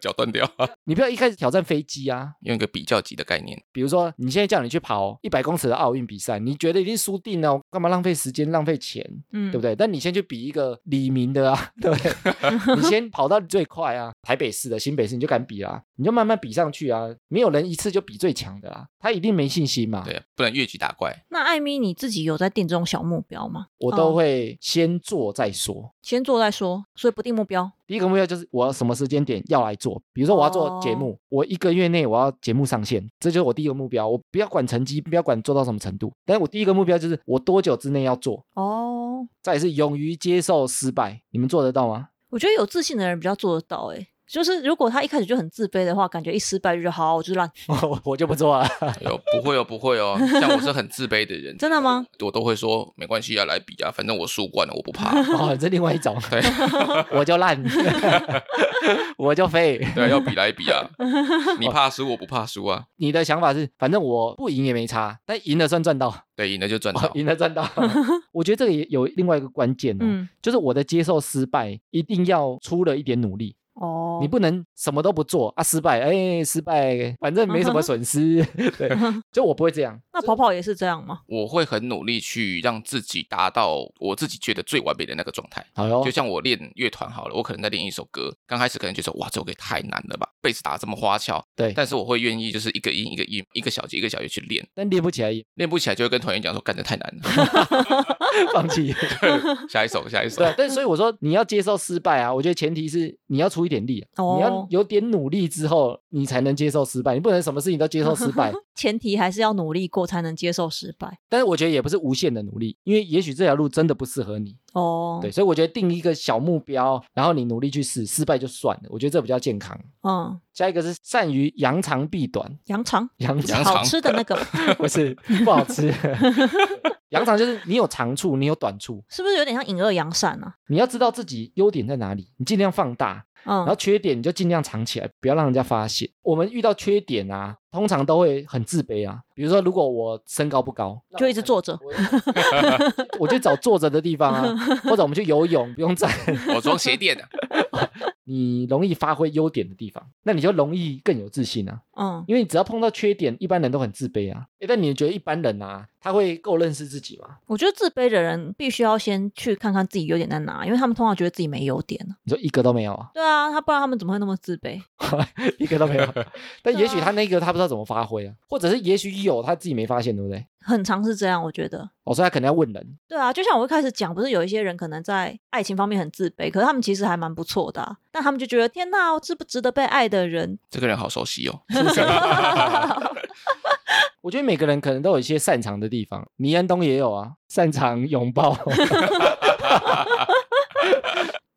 脚断掉，你不要一开始挑战飞机啊。用一个比较级的概念，比如说你现在叫你去跑一百公尺的奥运比赛，你觉得一定输定了，干嘛浪费时间浪费钱？嗯，对不对？但你先去比一个李明的啊， 对不对？ 你先跑到最快啊，台北市的、新北市你就敢比啦，你就慢慢比上去啊。没有人一次就比最强的啦，他一定没信心嘛。对，啊不能越级打怪。 那艾米，你自己有在定这种小目标吗？我哦都会先做再说。先做再说，所以不定目标。第一个目标就是我要什么时间点要来做，比如说我要做节目，我一个月内我要节目上线，这就是我第一个目标。我不要管成绩，不要管做到什么程度，但是我第一个目标就是我多久之内要做。哦，再来是勇于接受失败，你们做得到吗？ 我觉得有自信的人比较做得到、欸。哎，就是如果他一开始就很自卑的话，感觉一失败就觉得好，我就烂。我我就不做了。有不会哦，不会哦，像我是很自卑的人，真的吗？我都会说没关系啊，来比啊，反正我输惯了，我不怕。啊哦，这另外一种，对我就 烂，我就废。 对啊，要比来比啊，你怕输，我不怕输啊，你的想法是，反正我不赢也没差，但赢了算赚到，对，赢了就赚哦到。赢了赚到。我觉得这个也有另外一个关键哦，嗯，就是我的接受失败一定要出了一点努力。哦，你不能什么都不做啊，失败，哎，失败，反正没什么损失。 对，就我不会这样。那跑跑也是这样吗？我会很努力去让自己达到我自己觉得最完美的那个状态。好哟就，像我练乐团好了，我可能在练一首歌，刚开始可能觉得哇，这首歌也太难了吧，贝斯打得这么花俏，对，但是我会愿意就是一个音一个音，一个小节一个小节去练，但练不起来也练不起来就会跟团员讲说，干这太难 了， 放弃。 下一首，下一首。对，啊但所以我说你要接受失败啊，我觉得前提是你要出一点力、啊，你要哦有点努力之后，你才能接受失败，你不能什么事情都接受失败。前提还是要努力过才能接受失败。但是我觉得也不是无限的努力，因为也许这条路真的不适合你。哦，对，，所以我觉得定一个小目标，然后你努力去试，失败就算了，我觉得这比较健康。嗯，下一个是善于扬长避短，羊肠，扬羊长肠好吃的那 个，不是不好吃， 扬长就是你有长处，你有短处，是不是有点像隐恶扬善啊？你要知道自己优点在哪里，你尽量放大，然后嗯，缺点你就尽量藏起来，不要让人家发现。我们遇到缺点啊，通常都会很自卑啊。比如说，如果我身高不高，就一直坐着。我，我去找坐着的地方啊，或者我们去游泳，不用 站，我装鞋垫啊的，你容易发挥优点的地方，那你就容易更有自信啊。嗯，因为只要碰到缺点，一般人都很自卑啊。诶但你觉得一般人啊，他会够认识自己吗？我觉得自卑的人必须要先去看看自己优点在哪，因为他们通常觉得自己没优点啊你说一个都没有啊， 对啊，他不然他们怎么会那么自卑？一个都没有。啊但也许他那个他不知道怎么发挥啊，或者是也许有他自己没发现，对不对？很常是这样，我觉得。哦，所以他可能要问人。对啊，就像我一开始讲，不是有一些人可能在爱情方面很自卑，可是他们其实还蛮不错的啊、但他们就觉得天哪，我值不值得被爱的人？这个人好熟悉哦。我觉得每个人可能都有一些擅长的地方，倪安东也有啊，擅长拥抱。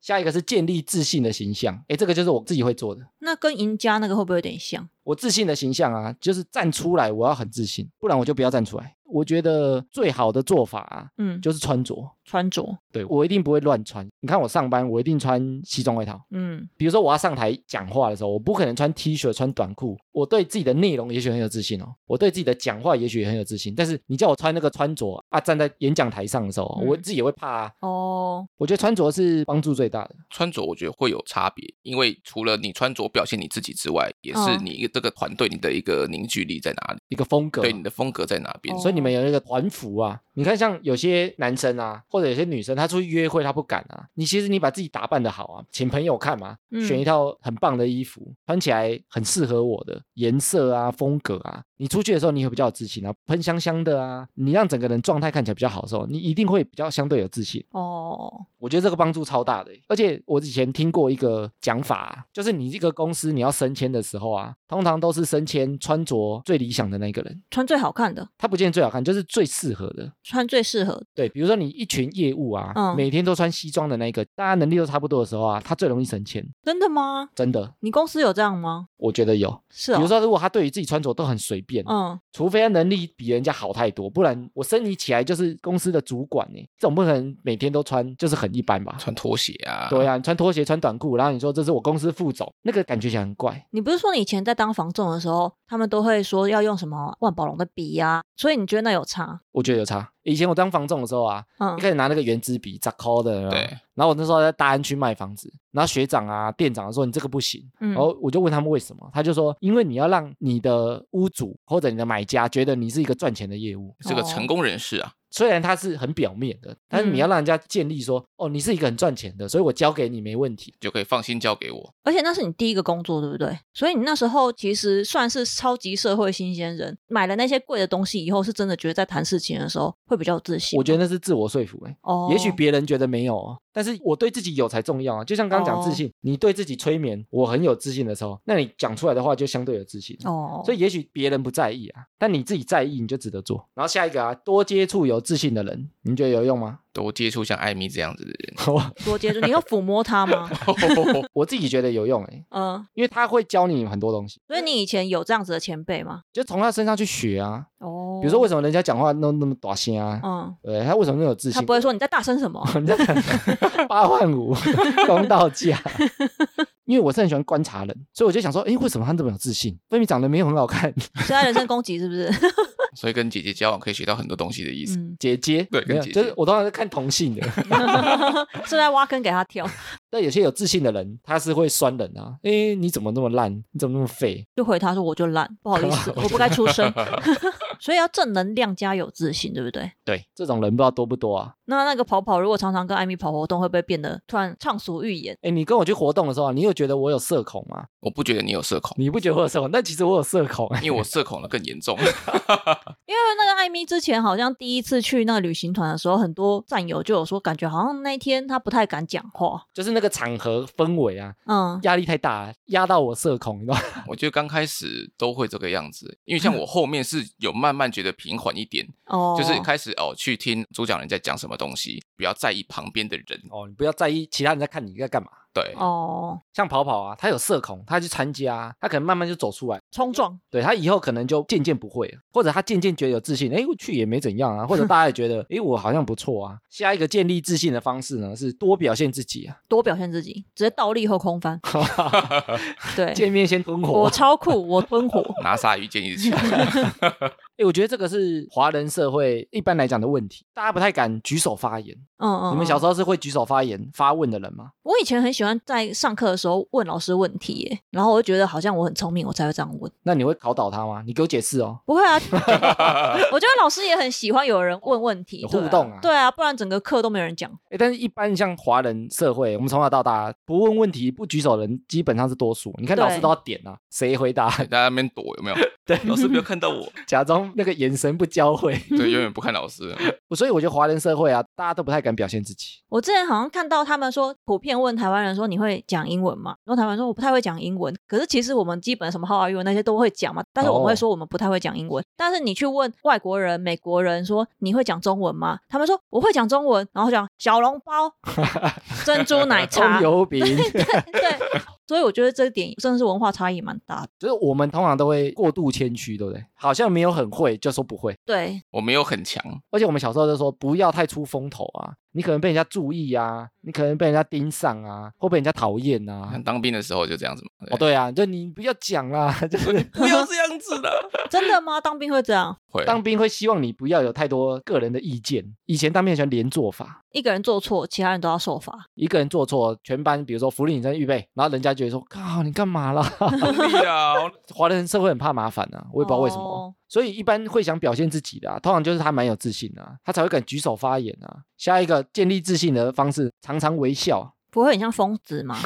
下一个是建立自信的形象，诶，这个就是我自己会做的。那跟赢家那个会不会有点像？我自信的形象啊，就是站出来，我要很自信，不然我就不要站出来。我觉得最好的做法、啊、嗯，就是穿着，穿着，对我一定不会乱穿。你看我上班，我一定穿西装外套。嗯比如说我要上台讲话的时候，我不可能穿 T 恤、穿短裤。我对自己的内容也许很有自信哦，我对自己的讲话也许也很有自信。但是你叫我穿那个穿着啊，站在演讲台上的时候，嗯我自己也会怕啊。哦，我觉得穿着是帮助最大的。穿着我觉得会有差别，因为除了你穿着表现你自己之外，也是嗯你一个这个团队你的一个凝聚力在哪里，一个风格，对你的风格在哪边。哦所以你们有那个团服啊，你看像有些男生啊，或者有些女生，她出去约会她不敢啊。你其实你把自己打扮的好啊，请朋友看嘛，嗯选一套很棒的衣服，穿起来很适合我的颜色啊、风格啊。你出去的时候你会比较有自信啊，喷香香的啊，你让整个人状态看起来比较好的时候，你一定会比较相对有自信。哦，我觉得这个帮助超大的欸、而且我以前听过一个讲法、啊，就是你一个公司你要升迁的时候啊，通常都是升迁穿着最理想的那个人。穿最好看的，他不见得最好看，就是最适合的。穿最适合的。对，比如说你一群业务啊，嗯每天都穿西装的那一个，大家能力都差不多的时候啊，他最容易升迁，真的吗？真的。你公司有这样吗？我觉得有，是比哦，如，说，如果他对于自己穿着都很随便，嗯，除非他能力比人家好太多，不然我升你起来就是公司的主管呢，总不可能每天都穿就是很一般吧？穿拖鞋啊，对啊，你穿拖鞋穿短裤，然后你说这是我公司副总，那个感觉起来很怪。你不是说你以前在当房仲的时候，他们都会说要用什么万宝龙的笔呀、所以你觉得那有差？我觉得有差。以前我当房仲的时候啊，嗯一开始拿那个圆珠笔扎 call 的，有没有对然后我那时候在大安区卖房子，然后学长啊、店长说你这个不行，嗯然后我就问他们为什么，他就说因为你要让你的屋主或者你的买家觉得你是一个赚钱的业务，是个哦成功人士啊，虽然它是很表面的，但是你要嗯让人家建立说、哦你是一个很赚钱的，所以我交给你没问题。就可以放心交给我。而且那是你第一个工作，对不对？所以你那时候其实算是超级社会新鲜人，买了那些贵的东西以后，是真的觉得在谈事情的时候会比较有自信吗。我觉得那是自我说服、欸，哦，也许别人觉得没有哦，但是我对自己有才重要啊。就像刚刚讲哦自信，你对自己催眠，我很有自信的时候，那你讲出来的话就相对有自信。哦，所以也许别人不在意啊，但你自己在意，你就值得做。然后下一个啊，多接触有自信的人，你觉得有用吗？ 多接触像艾米这样子的人，我多接触，你要抚摸 它吗？我自己觉得有用欸诶、嗯，因为他会教你很多东西，所以你以前有这样子的前辈吗？就从他身上去学啊。哦比如说为什么人家讲话弄那么大声啊？嗯，对，他为什么那么有自他信不？会说你在大 声什么你在 讲八万五公道价， 因为我是很喜欢观察人，所以我就想说，诶，为什么他这么有自信？分明长得没有很好看，是在人身攻击是不是？所以跟姐姐交往可以学到很多东西的意思。嗯， 姐姐，对跟没有姐姐就是我通常是看同性的。 是在挖坑给他跳，但有些有自信的人，他是会酸人啊，诶，你怎么那么烂？你怎么那么废？就回他说我就懒，不好意思，我不该出 声。 所以要正能量加有自信，对不对？对，这种人不知道多不多啊。那那个跑跑如果常常跟艾米跑活动，会不会变得突然畅所欲言？诶，你跟我去活动的时候啊，你有觉得我有社恐吗？我不觉得你有社恐，你不觉得我有社恐？但其实我有社恐、欸因为我社恐了更 严重。因为那个艾米之前好像第一次去那个旅行团的时候，很多战友就有说，感觉好像那一天他不太敢讲话。就是那个场合氛围啊，嗯，压力太大，啊压到我社恐，你知道吗？我觉得刚开始都会这个样子，因为嗯像我后面是有慢慢觉得平缓一点，哦，就是开始哦去听主讲人在讲什么东西，不要在意旁边的人。 哦，你不要在意其他人在看你在干嘛。对，哦，像跑跑啊，他有社恐，他去参加啊，他可能慢慢就走出来，冲撞，对他以后可能就渐渐不会了，或者他渐渐觉得有自信，哎，我去也没怎样啊，或者大家也觉得，哎，我好像不错啊。下一个建立自信的方式呢，是多表现自己啊， 多表现自己，直接倒立后空翻。对，见面先吞我火。啊超酷，我吞 火。拿鲨鱼见一起。哎，我觉得这个是华人社会一般来讲的问题，大家不太敢举手发言。嗯嗯，你们小候，时候是会举手发言发问的人吗？我以前很喜欢在上课的时候问老师问题耶，然后我就觉得好像我很聪明，我才会这样问。那你会考倒他吗？你给我解释哦。不会啊， 我觉得老师也很喜欢有人问问题，有对互动啊对啊，不然整个课都没有人讲。哎，但是一般像华人社会，我们从小到大不问问题、不举手的人基本上是多数。你看老师对都要点啊，谁回答？ 大家在那边躲有没有？对，老师没有看到我，假装那个眼神不交汇。 对，永远不看老师。所以我觉得华人社会啊，大家都不太敢表现自己。我之前好像看到他们说，普遍问台湾人说你会讲英文吗？然后台湾人说我不太会讲英文，可是其实我们基本什么 How are you 那些都会讲嘛，但是我们哦会说我们不太会讲英文。但是你去问外国人、美国人说你会讲中文吗？他们说我会讲中文，然后讲小笼 包、珍珠奶茶葱，油饼， 对，所以我觉得这一点真的是文化差异蛮大的。 就是我们通常都会过度谦虚，对不对？好像没有很会就说不会，对，我没有很强，而且我们小时候就说不要太出风头啊，你可能被人家注意啊，你可能被人家盯上啊，或被人家讨厌啊嗯像。当兵的时候就这样子嘛。哦，对啊，就你不要讲啦，就是不要这样子的。真的吗？当兵会这样，会，当兵会希望你不要有太多个人的意见。以前当兵很喜欢连坐法，一个人做错，其他人都要受罚。一个人做错，全班比如说福利女生预备，然后人家就会说：“靠，你干嘛啦？” 兵啊，华人社会很怕麻烦啊，我也不知道为什么。哦所以一般会想表现自己的、啊，通常就是他蛮有自信的、啊，他才会敢举手发言啊。下一个建立自信的方式，常常微笑。不会很像疯子吗？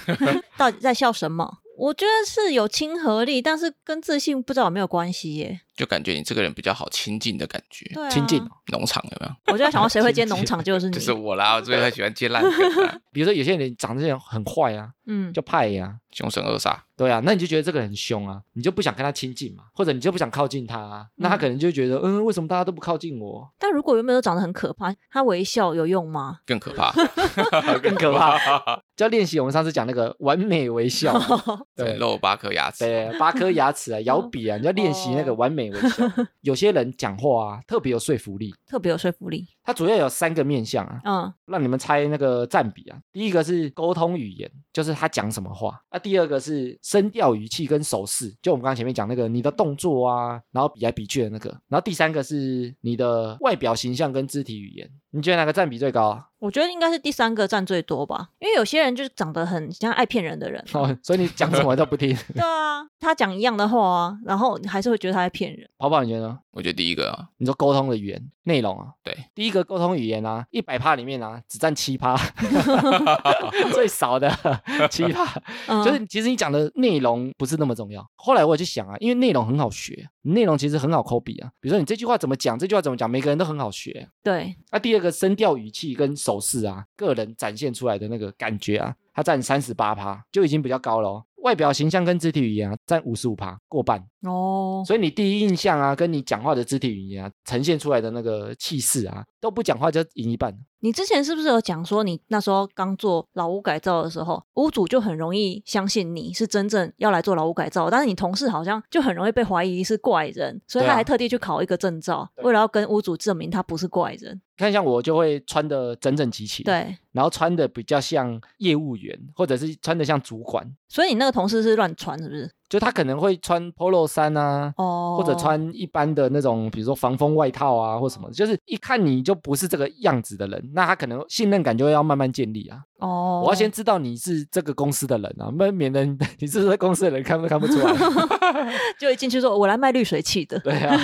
到底在笑什么？我觉得是有亲和力，但是跟自信不知道有没有关系耶。就感觉你这个人比较好亲近的感觉。对、啊，嗯亲近哦。农场有没有？我就在想到谁会接农场，就是你。就是我啦，我最喜欢接烂梗、啊，比如说有些人长得很坏啊，嗯，叫派呀、凶神恶煞。对啊，那你就觉得这个人很凶啊，你就不想跟他亲近嘛，或者你就不想靠近他、啊，那他可能就会觉得，嗯，为什么大家都不靠近我？ 但如果原本都长得很可怕，他微笑有用吗？ 更可怕，更可 怕。就要练习我们上次讲那个 完美微笑嘛， 对，对。露八颗牙齿，对，八颗牙齿啊，咬笔啊，你要练习那个完美微笑。有些人讲话啊，特别有说服力，特别有说服力。它主要有三个面向啊，嗯，让你们猜那个占比啊。第一个是沟通语言，就是他讲什么话；那、第二个是声调、语气跟手势，就我们刚刚前面讲那个你的动作啊，然后比来比去的那个；然后第三个是你的外表形象跟肢体语言。你觉得哪个占比最高啊？ 我觉得应该是第三个占最多吧，因为有些人就是长得很像爱骗人的人。哦，所以你讲什么都不听。 对啊，他讲一样的话啊，然后你还是会觉得他在骗人。跑跑，你觉得呢？我觉得第一个啊，你说沟通的语言内容啊，对，第一个沟通语言啊，一百趴里面啊，只占七趴，最少的七趴。嗯，就是其实你讲的内容不是那么重要。后来我也去想啊，因为内容很好学，内容其实很好抠笔啊。比如说你这句话怎么讲，这句话怎么讲，每个人都很好学。对，那、第二个声调、语气跟手势啊，个人展现出来的那个感觉啊，它占三十八趴，就已经比较高了、哦。外表形象跟肢体语言啊，占五十五趴，过半。哦，所以你第一印象啊，跟你讲话的肢体语言啊，呈现出来的那个气势啊，都不讲话就赢一半。你之前是不是有讲说，你那时候刚做老屋改造的时候，屋主就很容易相信你是真正要来做老屋改造，但是你同事好像就很容易被怀疑是怪人，所以对啊他还特地去考一个证照，对为了要跟屋主证明他不是怪人。看像我就会穿的整整齐齐，对，然后穿的比较像业务员，或者是穿的像主管，所以你那个同事是乱穿是不是？就他可能会穿 polo 衫啊，哦，或者穿一般的那种，比如说防风外套啊，或什么，就是一看你就不是这个样子的人，那他可能信任感就要慢慢建立啊。哦，我要先知道你是这个公司的人啊，免免得你 你是不是公司的人看不看不出来。就一进去说，我来卖滤水器的。对啊，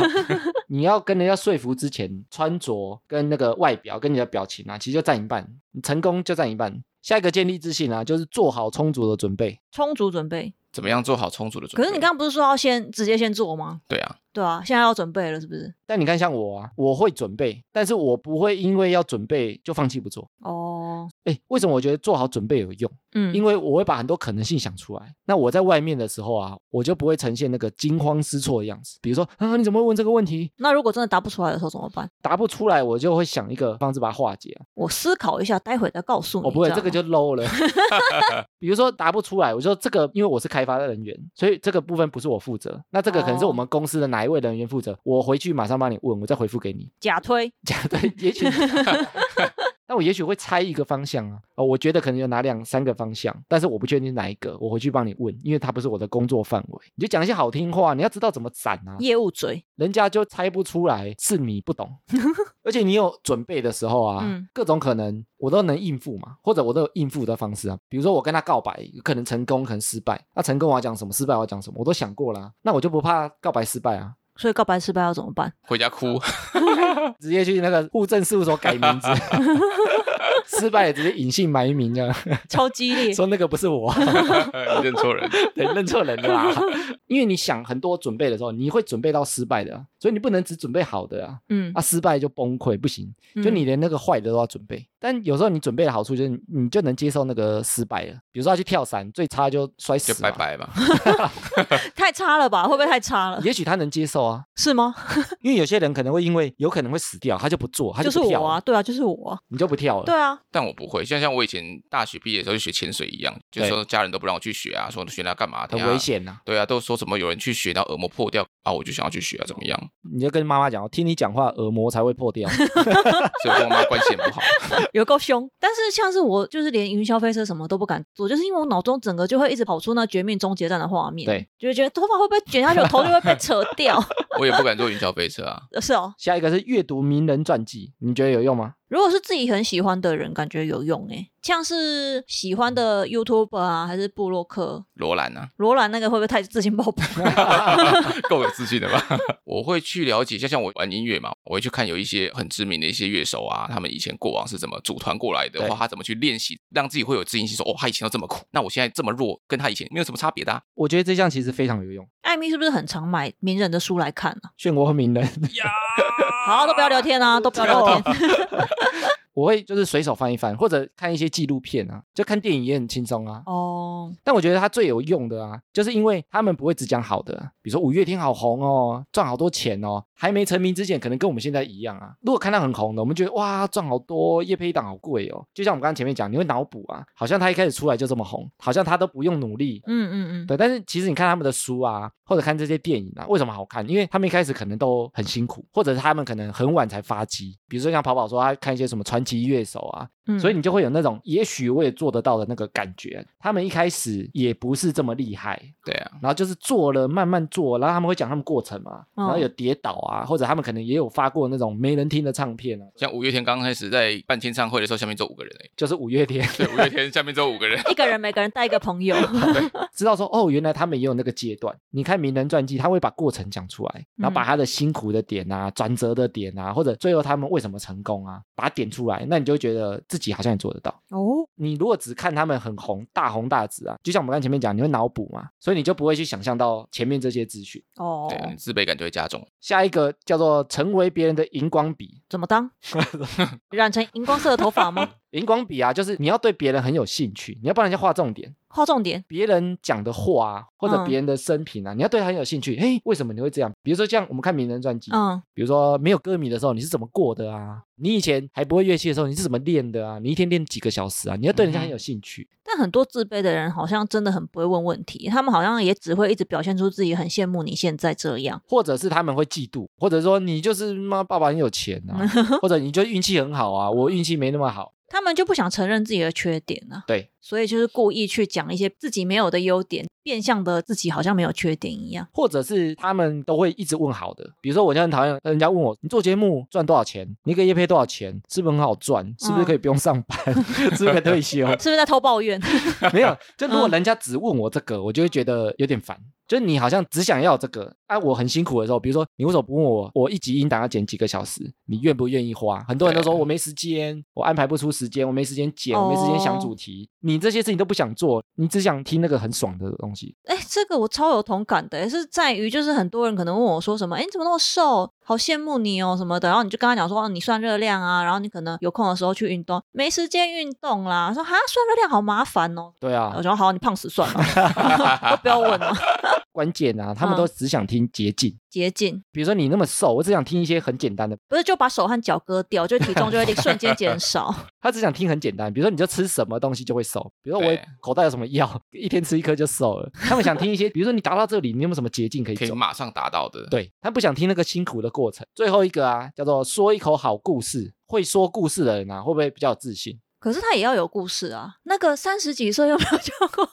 你要跟人家说服之前，穿着跟那个外表跟你的表情啊，其实就占一半，你成功就占一半。下一个建立自信啊，就是做好充足的准备。充足准备。怎么样做好充足的准备？可是你刚刚不是说要先直接先做吗？对啊，对啊，现在要准备了是不是？但你看，像我啊，我会准备，但是我不会因为要准备就放弃不做。哦，哎，为什么我觉得做好准备有用？嗯，因为我会把很多可能性想出来。那我在外面的时候啊，我就不会呈现那个惊慌失措的样子。比如说啊，你怎么会问这个问题？那如果真的答不出来的时候怎么办？答不出来，我就会想一个方式把它化解、啊。我思考一下，待会再告诉你。哦哦我、不会，知道这个吗就 low 了。 比如说答不出来，我就说这个，因为我是开发人员，所以这个部分不是我负责。那这个可能是哦我们公司的哪一位人员负责。我回去马上帮你问，我再回复给你。假推。假的，也许， 但我也许会猜一个方向啊，哦，我觉得可能有哪两三个方向，但是我不确定是哪一个，我回去帮你问，因为它不是我的工作范围。你就讲一些好听话，你要知道怎么斩啊，业务嘴，人家就猜不出来是你不懂，而且你有准备的时候啊，嗯各种可能我都能应付嘛，或者我都有应付的方式啊，比如说我跟他告白，可能成功，可能失败，那、成功我要讲什么，失败我要讲什么，我都想过啦、那我就不怕告白失败啊，所以告白失败要怎么办？回家哭， 直接去那个户政事务所改名字，失败了直接隐姓埋名啊，超 激烈。说那个不是我，你认错人。对，认错人了啦。因为你想很多准备的时候，你会准备到失败的啊、所以你不能只准备好的啊，嗯啊，，失败就崩溃，不行，嗯就你连那个坏的都要准备。但有时候你准备的好处就是你你就能接受那个失败了，比如说他去跳伞，最差就摔死就嘛，拜拜吧，太差了吧？会不会太差了？也许他能接受啊，是吗？因为有些人可能会因为有可能会死掉，他就不做，他就是不跳我啊，对啊，就是我啊，你就不跳了。对啊， 但我不会。像像我以前大学毕业的时候就学潜水一样，就对说家人都不让我去学啊，说学那干嘛？等很下危。险呐、对啊，都说什么有人去学，然后耳膜破掉啊，我就想要去学啊，怎么样？ 你就跟妈妈讲，听你讲话耳膜才会破 掉。所以我跟我妈关系也不好。有够凶。但是像是我，就是连云霄飞车什么都不敢做，就是因为我脑中整个就会一直跑出那绝命终结战的画面，对，就会觉得头发会不会卷下去，我头就会被扯掉。 我也不敢坐云霄飞车啊。是哦，下一个是阅读名人传记，你觉得有用吗？如果是自己很喜欢的人，感觉有用诶，像是喜欢嗯的 YouTube 啊，还是布洛克。罗兰啊， 罗兰那个会不会太自信爆棚？够有自信的吧？ 我会去了解一下，像我玩音乐嘛，我会去看有一些很知名的一些乐手啊，他们以前过往是怎么组团过来的，对或他怎么去练习，让自己会有自信心，说哦，他以前都这么苦，那我现在这么弱，跟他以前没有什么差别的、啊。我觉得这项其实非常有用。艾米是不是很常买名人的书来看啊？漩涡鸣 人，好，都不要聊天啊，都不要聊天。我会就是随手翻一翻，或者看一些纪录片啊，就看电影也很轻松啊。哦，但我觉得它最有用的啊，就是因为他们不会只讲好的啊，比如说五月天好红哦，赚好多钱哦，还没成名之前可能跟我们现在一样啊。如果看到很红的，我们觉得哇赚好多，叶配档好贵哦。就像我们刚刚前面讲，你会脑补啊，好像他一开始出来就这么红，好像他都不用努力，嗯嗯嗯，对，但是其实你看他们的书啊，或者看这些电影啊，为什么好看？因为他们一开始可能都很辛苦，或者是他们可能很晚才发迹。比如说像跑跑说，他看一些什么传奇乐手啊，嗯所以你就会有那种也许我也做得到的那个感觉。他们一开始也不是这么厉害，对啊，然后就是做了，慢慢做，然后他们会讲他们过程嘛，然后嗯哦有跌倒啊，或者他们可能也有发过那种没人听的唱片啊，像五月天刚开始在办签唱会的时候，下面只有五个人哎、就是五月天对，五月天下面只有五个人。一个人每个人带一个朋友， 知道说哦，原来他们也有那个阶段。你看名人传记，他会把过程讲出来，然嗯后把他的辛苦的点啊、转折的点啊，或者最后他们为什么成功啊，把它点出来，那你就会觉得自己好像也做得到。 哦，你如果只看他们很红、大红大紫啊，就像我们刚前面讲，你会脑补嘛，所以你就不会去想象到前面这些资讯。 哦对，啊，你自卑感就会加重。下一个叫做成为别人的荧光笔，怎么当？染成荧光色的头发吗？荧光笔啊，就是你要对别人很有兴趣，你要帮人家画重点。划重点，别人讲的话啊，或者嗯别人的生平啊，你要对他很有兴趣。嘿，为什么你会这样？比如说像我们看名人传记，嗯，比如说没有歌迷的时候，你是怎么过的啊？你以前还不会乐器的时候，你是怎么练的啊？你一天练几个小时啊？你要对嗯人家很有兴趣。但很多自卑的人好像真的很不会问问题，他们好像也只会一直表现出自己很羡慕你现在这样。或者是他们会嫉妒，或者说你就是妈爸爸很有钱啊，或者你就运气很好啊，我运气没那么好。他们就不想承认自己的缺点啊。对，所以就是故意去讲一些自己没有的优点，变相的自己好像没有缺点一样。或者是他们都会一直问好的，比如说我就很讨厌人家问我，你做节目赚多少钱？你给业配多少钱？是不是很好赚？是不是可以不用上班？ 是不是可以退休？是不是在偷抱怨？ 没有，就如果人家只问我这个，我就会觉得有点烦。就是你好像只想要这个，啊，我很辛苦的时候，比如说你为什么不问我，我一集音档要剪几个小时，你愿不愿意花？很多人都说我没时间，我安排不出时间，我没时间剪，我没时间想主题。你这些事情都不想做，你只想听那个很爽的东西。哎、这个我超有同感的，是在于就是很多人可能问我说什么，哎、你怎么那么瘦？好羡慕你哦什么的，然后你就跟他讲说，哦，你算热量啊，然后你可能有空的时候去运动，没时间运动啦。说哈，算热量好麻烦哦。对啊我，说好，你胖死算了，都不要问了。关键啊，他们都只想听捷径。捷径比如说你那么瘦，我只想听一些很简单的，不是就把手和脚割掉，就体重就会立瞬间减少。他只想听很简单。比如说你就吃什么东西就会瘦，比如说我对口袋有什么药， 一天吃一颗就瘦了。他们想听一些，比如说你达到这里，你有没有什么捷径可以可以走？马上达到的。对他不想听那个辛苦的过程。最后一个啊，叫做说一口好故事。会说故事的人啊，会不会比较有自信？可是他也要有故事啊。那个三十几岁又没有交过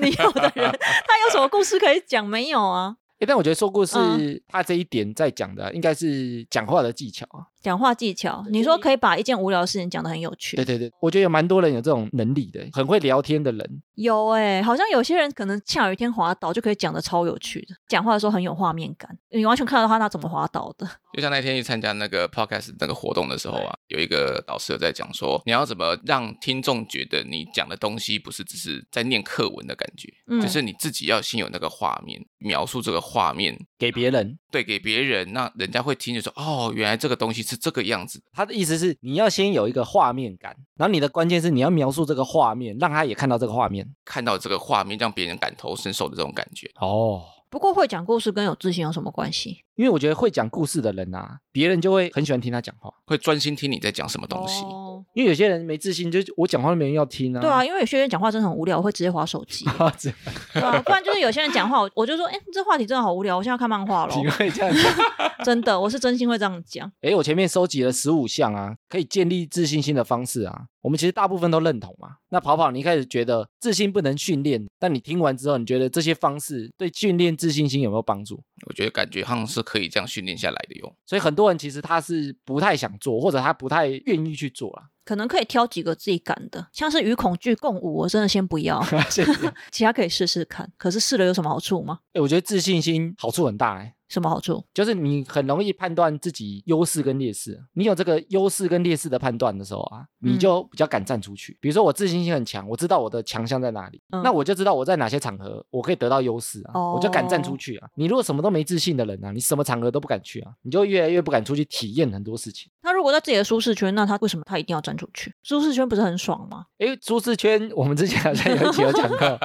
女友的人，他有什么故事可以讲？没有啊，诶，但我觉得说故事、嗯他这一点在讲的啊，应该是讲话的技巧啊。讲话技巧。你说可以把一件无聊的事情讲得很有趣对，对对，我觉得有蛮多人有这种能力的，很会聊天的人。有哎、好像有些人可能下雨天滑倒就可以讲的超有趣的，讲话的时候很有画面感，你完全看得到他他怎么滑倒的。就像那天去参加那个 podcast 那个活动的时候啊，有一个老师有在讲说，你要怎么让听众觉得你讲的东西不是只是在念课文的感觉，嗯就是你自己要先有那个画面，描述这个画面。给别人，对，给别人，那人家会听着说，哦，原来这个东西是这个样子。他的意思是你要先有一个画面感，然后你的关键是你要描述这个画面，让他也看到这个画面。看到这个画面，让别人感同身受的这种感觉，哦，不过会讲故事跟有自信有什么关系？因为我觉得会讲故事的人啊，别人就会很喜欢听他讲话。会专心听你在讲什么东西。嗯哦因为有些人没自信，就是我讲话都没人要听啊。。对啊，因为有些人讲话真的很无聊，我会直接划手 机啊，这对啊，不然就是有些人讲话，我我就说，哎、这话题真的好无聊，我现在要看漫画了。你会这样讲？真的，我是真心会这样讲。哎，我前面收集了十五项啊，可以建立自信心的方式啊。我们其实大部分都认同嘛。那跑跑，你一开始觉得自信不能训练，但你听完之后，你觉得这些方式对训练自信心有没有帮助？我觉得感觉好像是可以这样训练下来的 哟。所以很多人其实他是不太想做，或者他不太愿意去做 啊。可能可以挑几个自己敢的，像是与恐惧共舞，我真的先不 要，谢谢。其他可以试试看。可是试了有什么好处吗？哎，我觉得自信心好处很大哎、什么好处？就是你很容易判断自己优势跟劣势。你有这个优势跟劣势的判断的时候啊，嗯你就比较敢站出去。比如说我自信心很强，我知道我的强项在哪里，嗯那我就知道我在哪些场合我可以得到优势啊，哦我就敢站出去啊。你如果什么都没自信的人啊，你什么场合都不敢去啊，你就越来越不敢出去体验很多事情。他如果在自己的舒适圈，那他为什么他一定要站出去？舒适圈不是很爽吗？诶，舒适圈，我们之前好像有一集有讲 过，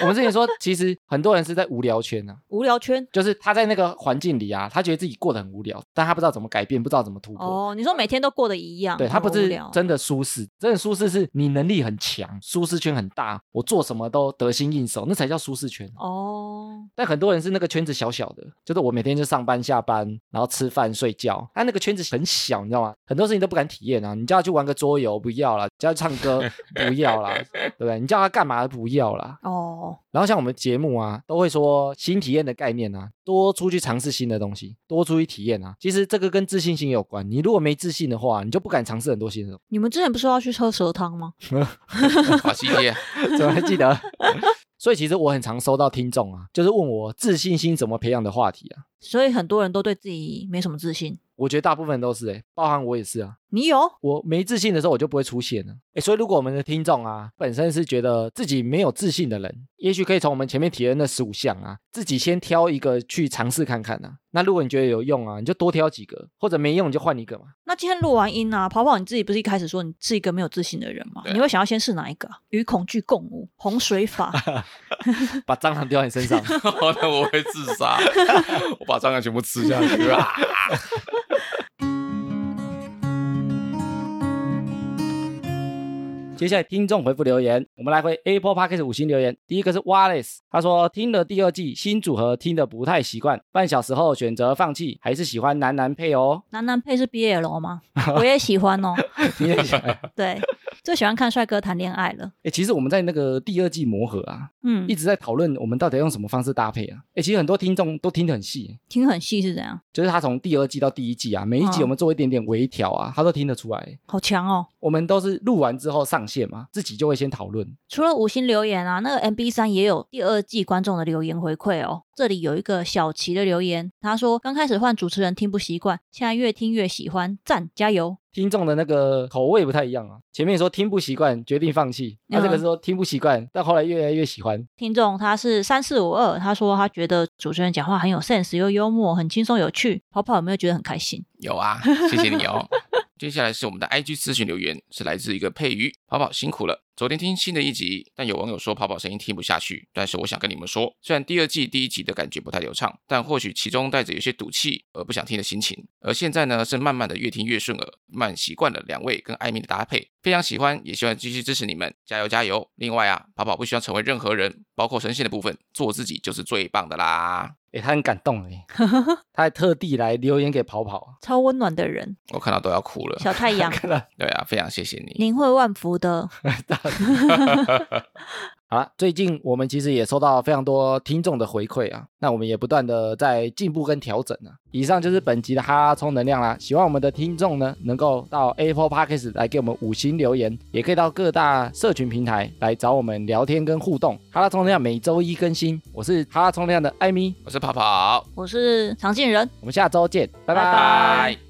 我们之前说，其实很多人是在无聊圈啊，无聊圈就是他在那个环境里啊，他觉得自己过得很无聊，但他不知道怎么改变，不知道怎么突破。哦，你说每天都过得一样，对，它不很无是聊真的舒适，真的舒适是你能力很强，舒适圈很大，我做什么都得心应手，那才叫舒适圈。哦，但很多人是那个圈子小小的，就是我每天就上班下班，然后吃饭睡觉，但那个圈子很小，你知道吗？很多事情都不敢体验啊。你叫他去玩个桌游，不要啦；叫他唱 歌，不要啦，对不对？你叫他干嘛，不要啦。哦，然后像我们节目啊，都会说新体验的概念啊，多出去尝试新的东西，多出去体验啊。其实这个跟自信心有关。你如果没自信的话，你就不敢尝试很多新的东西你们之前不是要去喝蛇汤吗？华西街，怎么还记得？ 所以其实我很常收到听众啊，就是问我自信心怎么培养的话题啊。所以很多人都对自己没什么自信。我觉得大部分都是诶、包含我也是啊。你有？我没自信的时候，我就不会出现了。诶，所以如果我们的听众啊，本身是觉得自己没有自信的人，也许可以从我们前面体验的十五项啊，自己先挑一个去尝试看看啊。那如果你觉得有用啊，你就多挑几个，或者没用你就换一个嘛。那今天录完音啊，跑跑你自己不是一开始说你是一个没有自信的人吗？对啊你会想要先试哪一个啊？与恐惧共舞，洪 水法。把蟑螂丢在你身上， 那我会自杀，我把蟑螂全部吃下去啊！接下来听众回复留言，我们来回 Apple Podcast 五星留言。第一个是 Wallace，他说听了第二季新组合，听得不太习惯，半小时后选择放弃，还是喜欢男男配哦。男男配是 BL 吗？我也喜欢哦。 你也喜欢对，最喜欢看帅哥谈恋爱了。哎、其实我们在那个第二季磨合啊，嗯一，直在讨论我们到底要用什么方式搭配啊。哎、其实很多听众都听得很细，听很细是怎样？就是他从第二季到第一季啊，每一集嗯我们做一点点微调啊，他都听得出来。好强哦！我们都是录完之后上线嘛，自己就会先讨论。除了五星留言啊，那个 MB 三也有第二季观众的留言回馈哦。这里有一个小齐的留言，他说刚开始换主持人听不习惯，现在越听越喜欢，赞加油！听众的那个口味不太一样啊，前面说听不习惯，决定放弃，他、这个嗯是说听不习惯，但后来越来越喜欢。听众他是三四五二，他说他觉得主持人讲话很有 sense，又幽默，很轻松有趣。跑跑有没有觉得很开心？有啊，谢谢你哦。接下来是我们的 IG 咨询留言，是来自一个佩瑜，跑跑辛苦了。昨天听新的一集，但有网友说跑跑声音听不下去，但是我想跟你们说，虽然第二季第一集的感觉不太流畅，但或许其中带着有些赌气而不想听的心情。而现在呢，是慢慢的越听越顺耳，慢习惯了两位跟艾米的搭配，非常喜欢，也希望继续支持你们，加油加油！另外啊，跑跑不需要成为任何人，包括神仙的部分，做自己就是最棒的啦。哎、他很感动哎，他还特地来留言给跑跑， 超温暖的人，我看到都要哭了，小太阳，看到对啊，非常谢谢你。您会万福的。 好了，最近我们其实也收到非常多听众的回馈啊，那我们也不断的在进步跟调整啊。以上就是本集的哈拉充能量啦，喜欢我们的听众呢，能够到 Apple Podcast 来给我们五星留言，也可以到各大社群平台来找我们聊天跟互动。哈拉充能量每周一更新，我是哈拉充能量的艾米，我是跑跑，我是常进人。我们下周见，拜拜拜拜拜。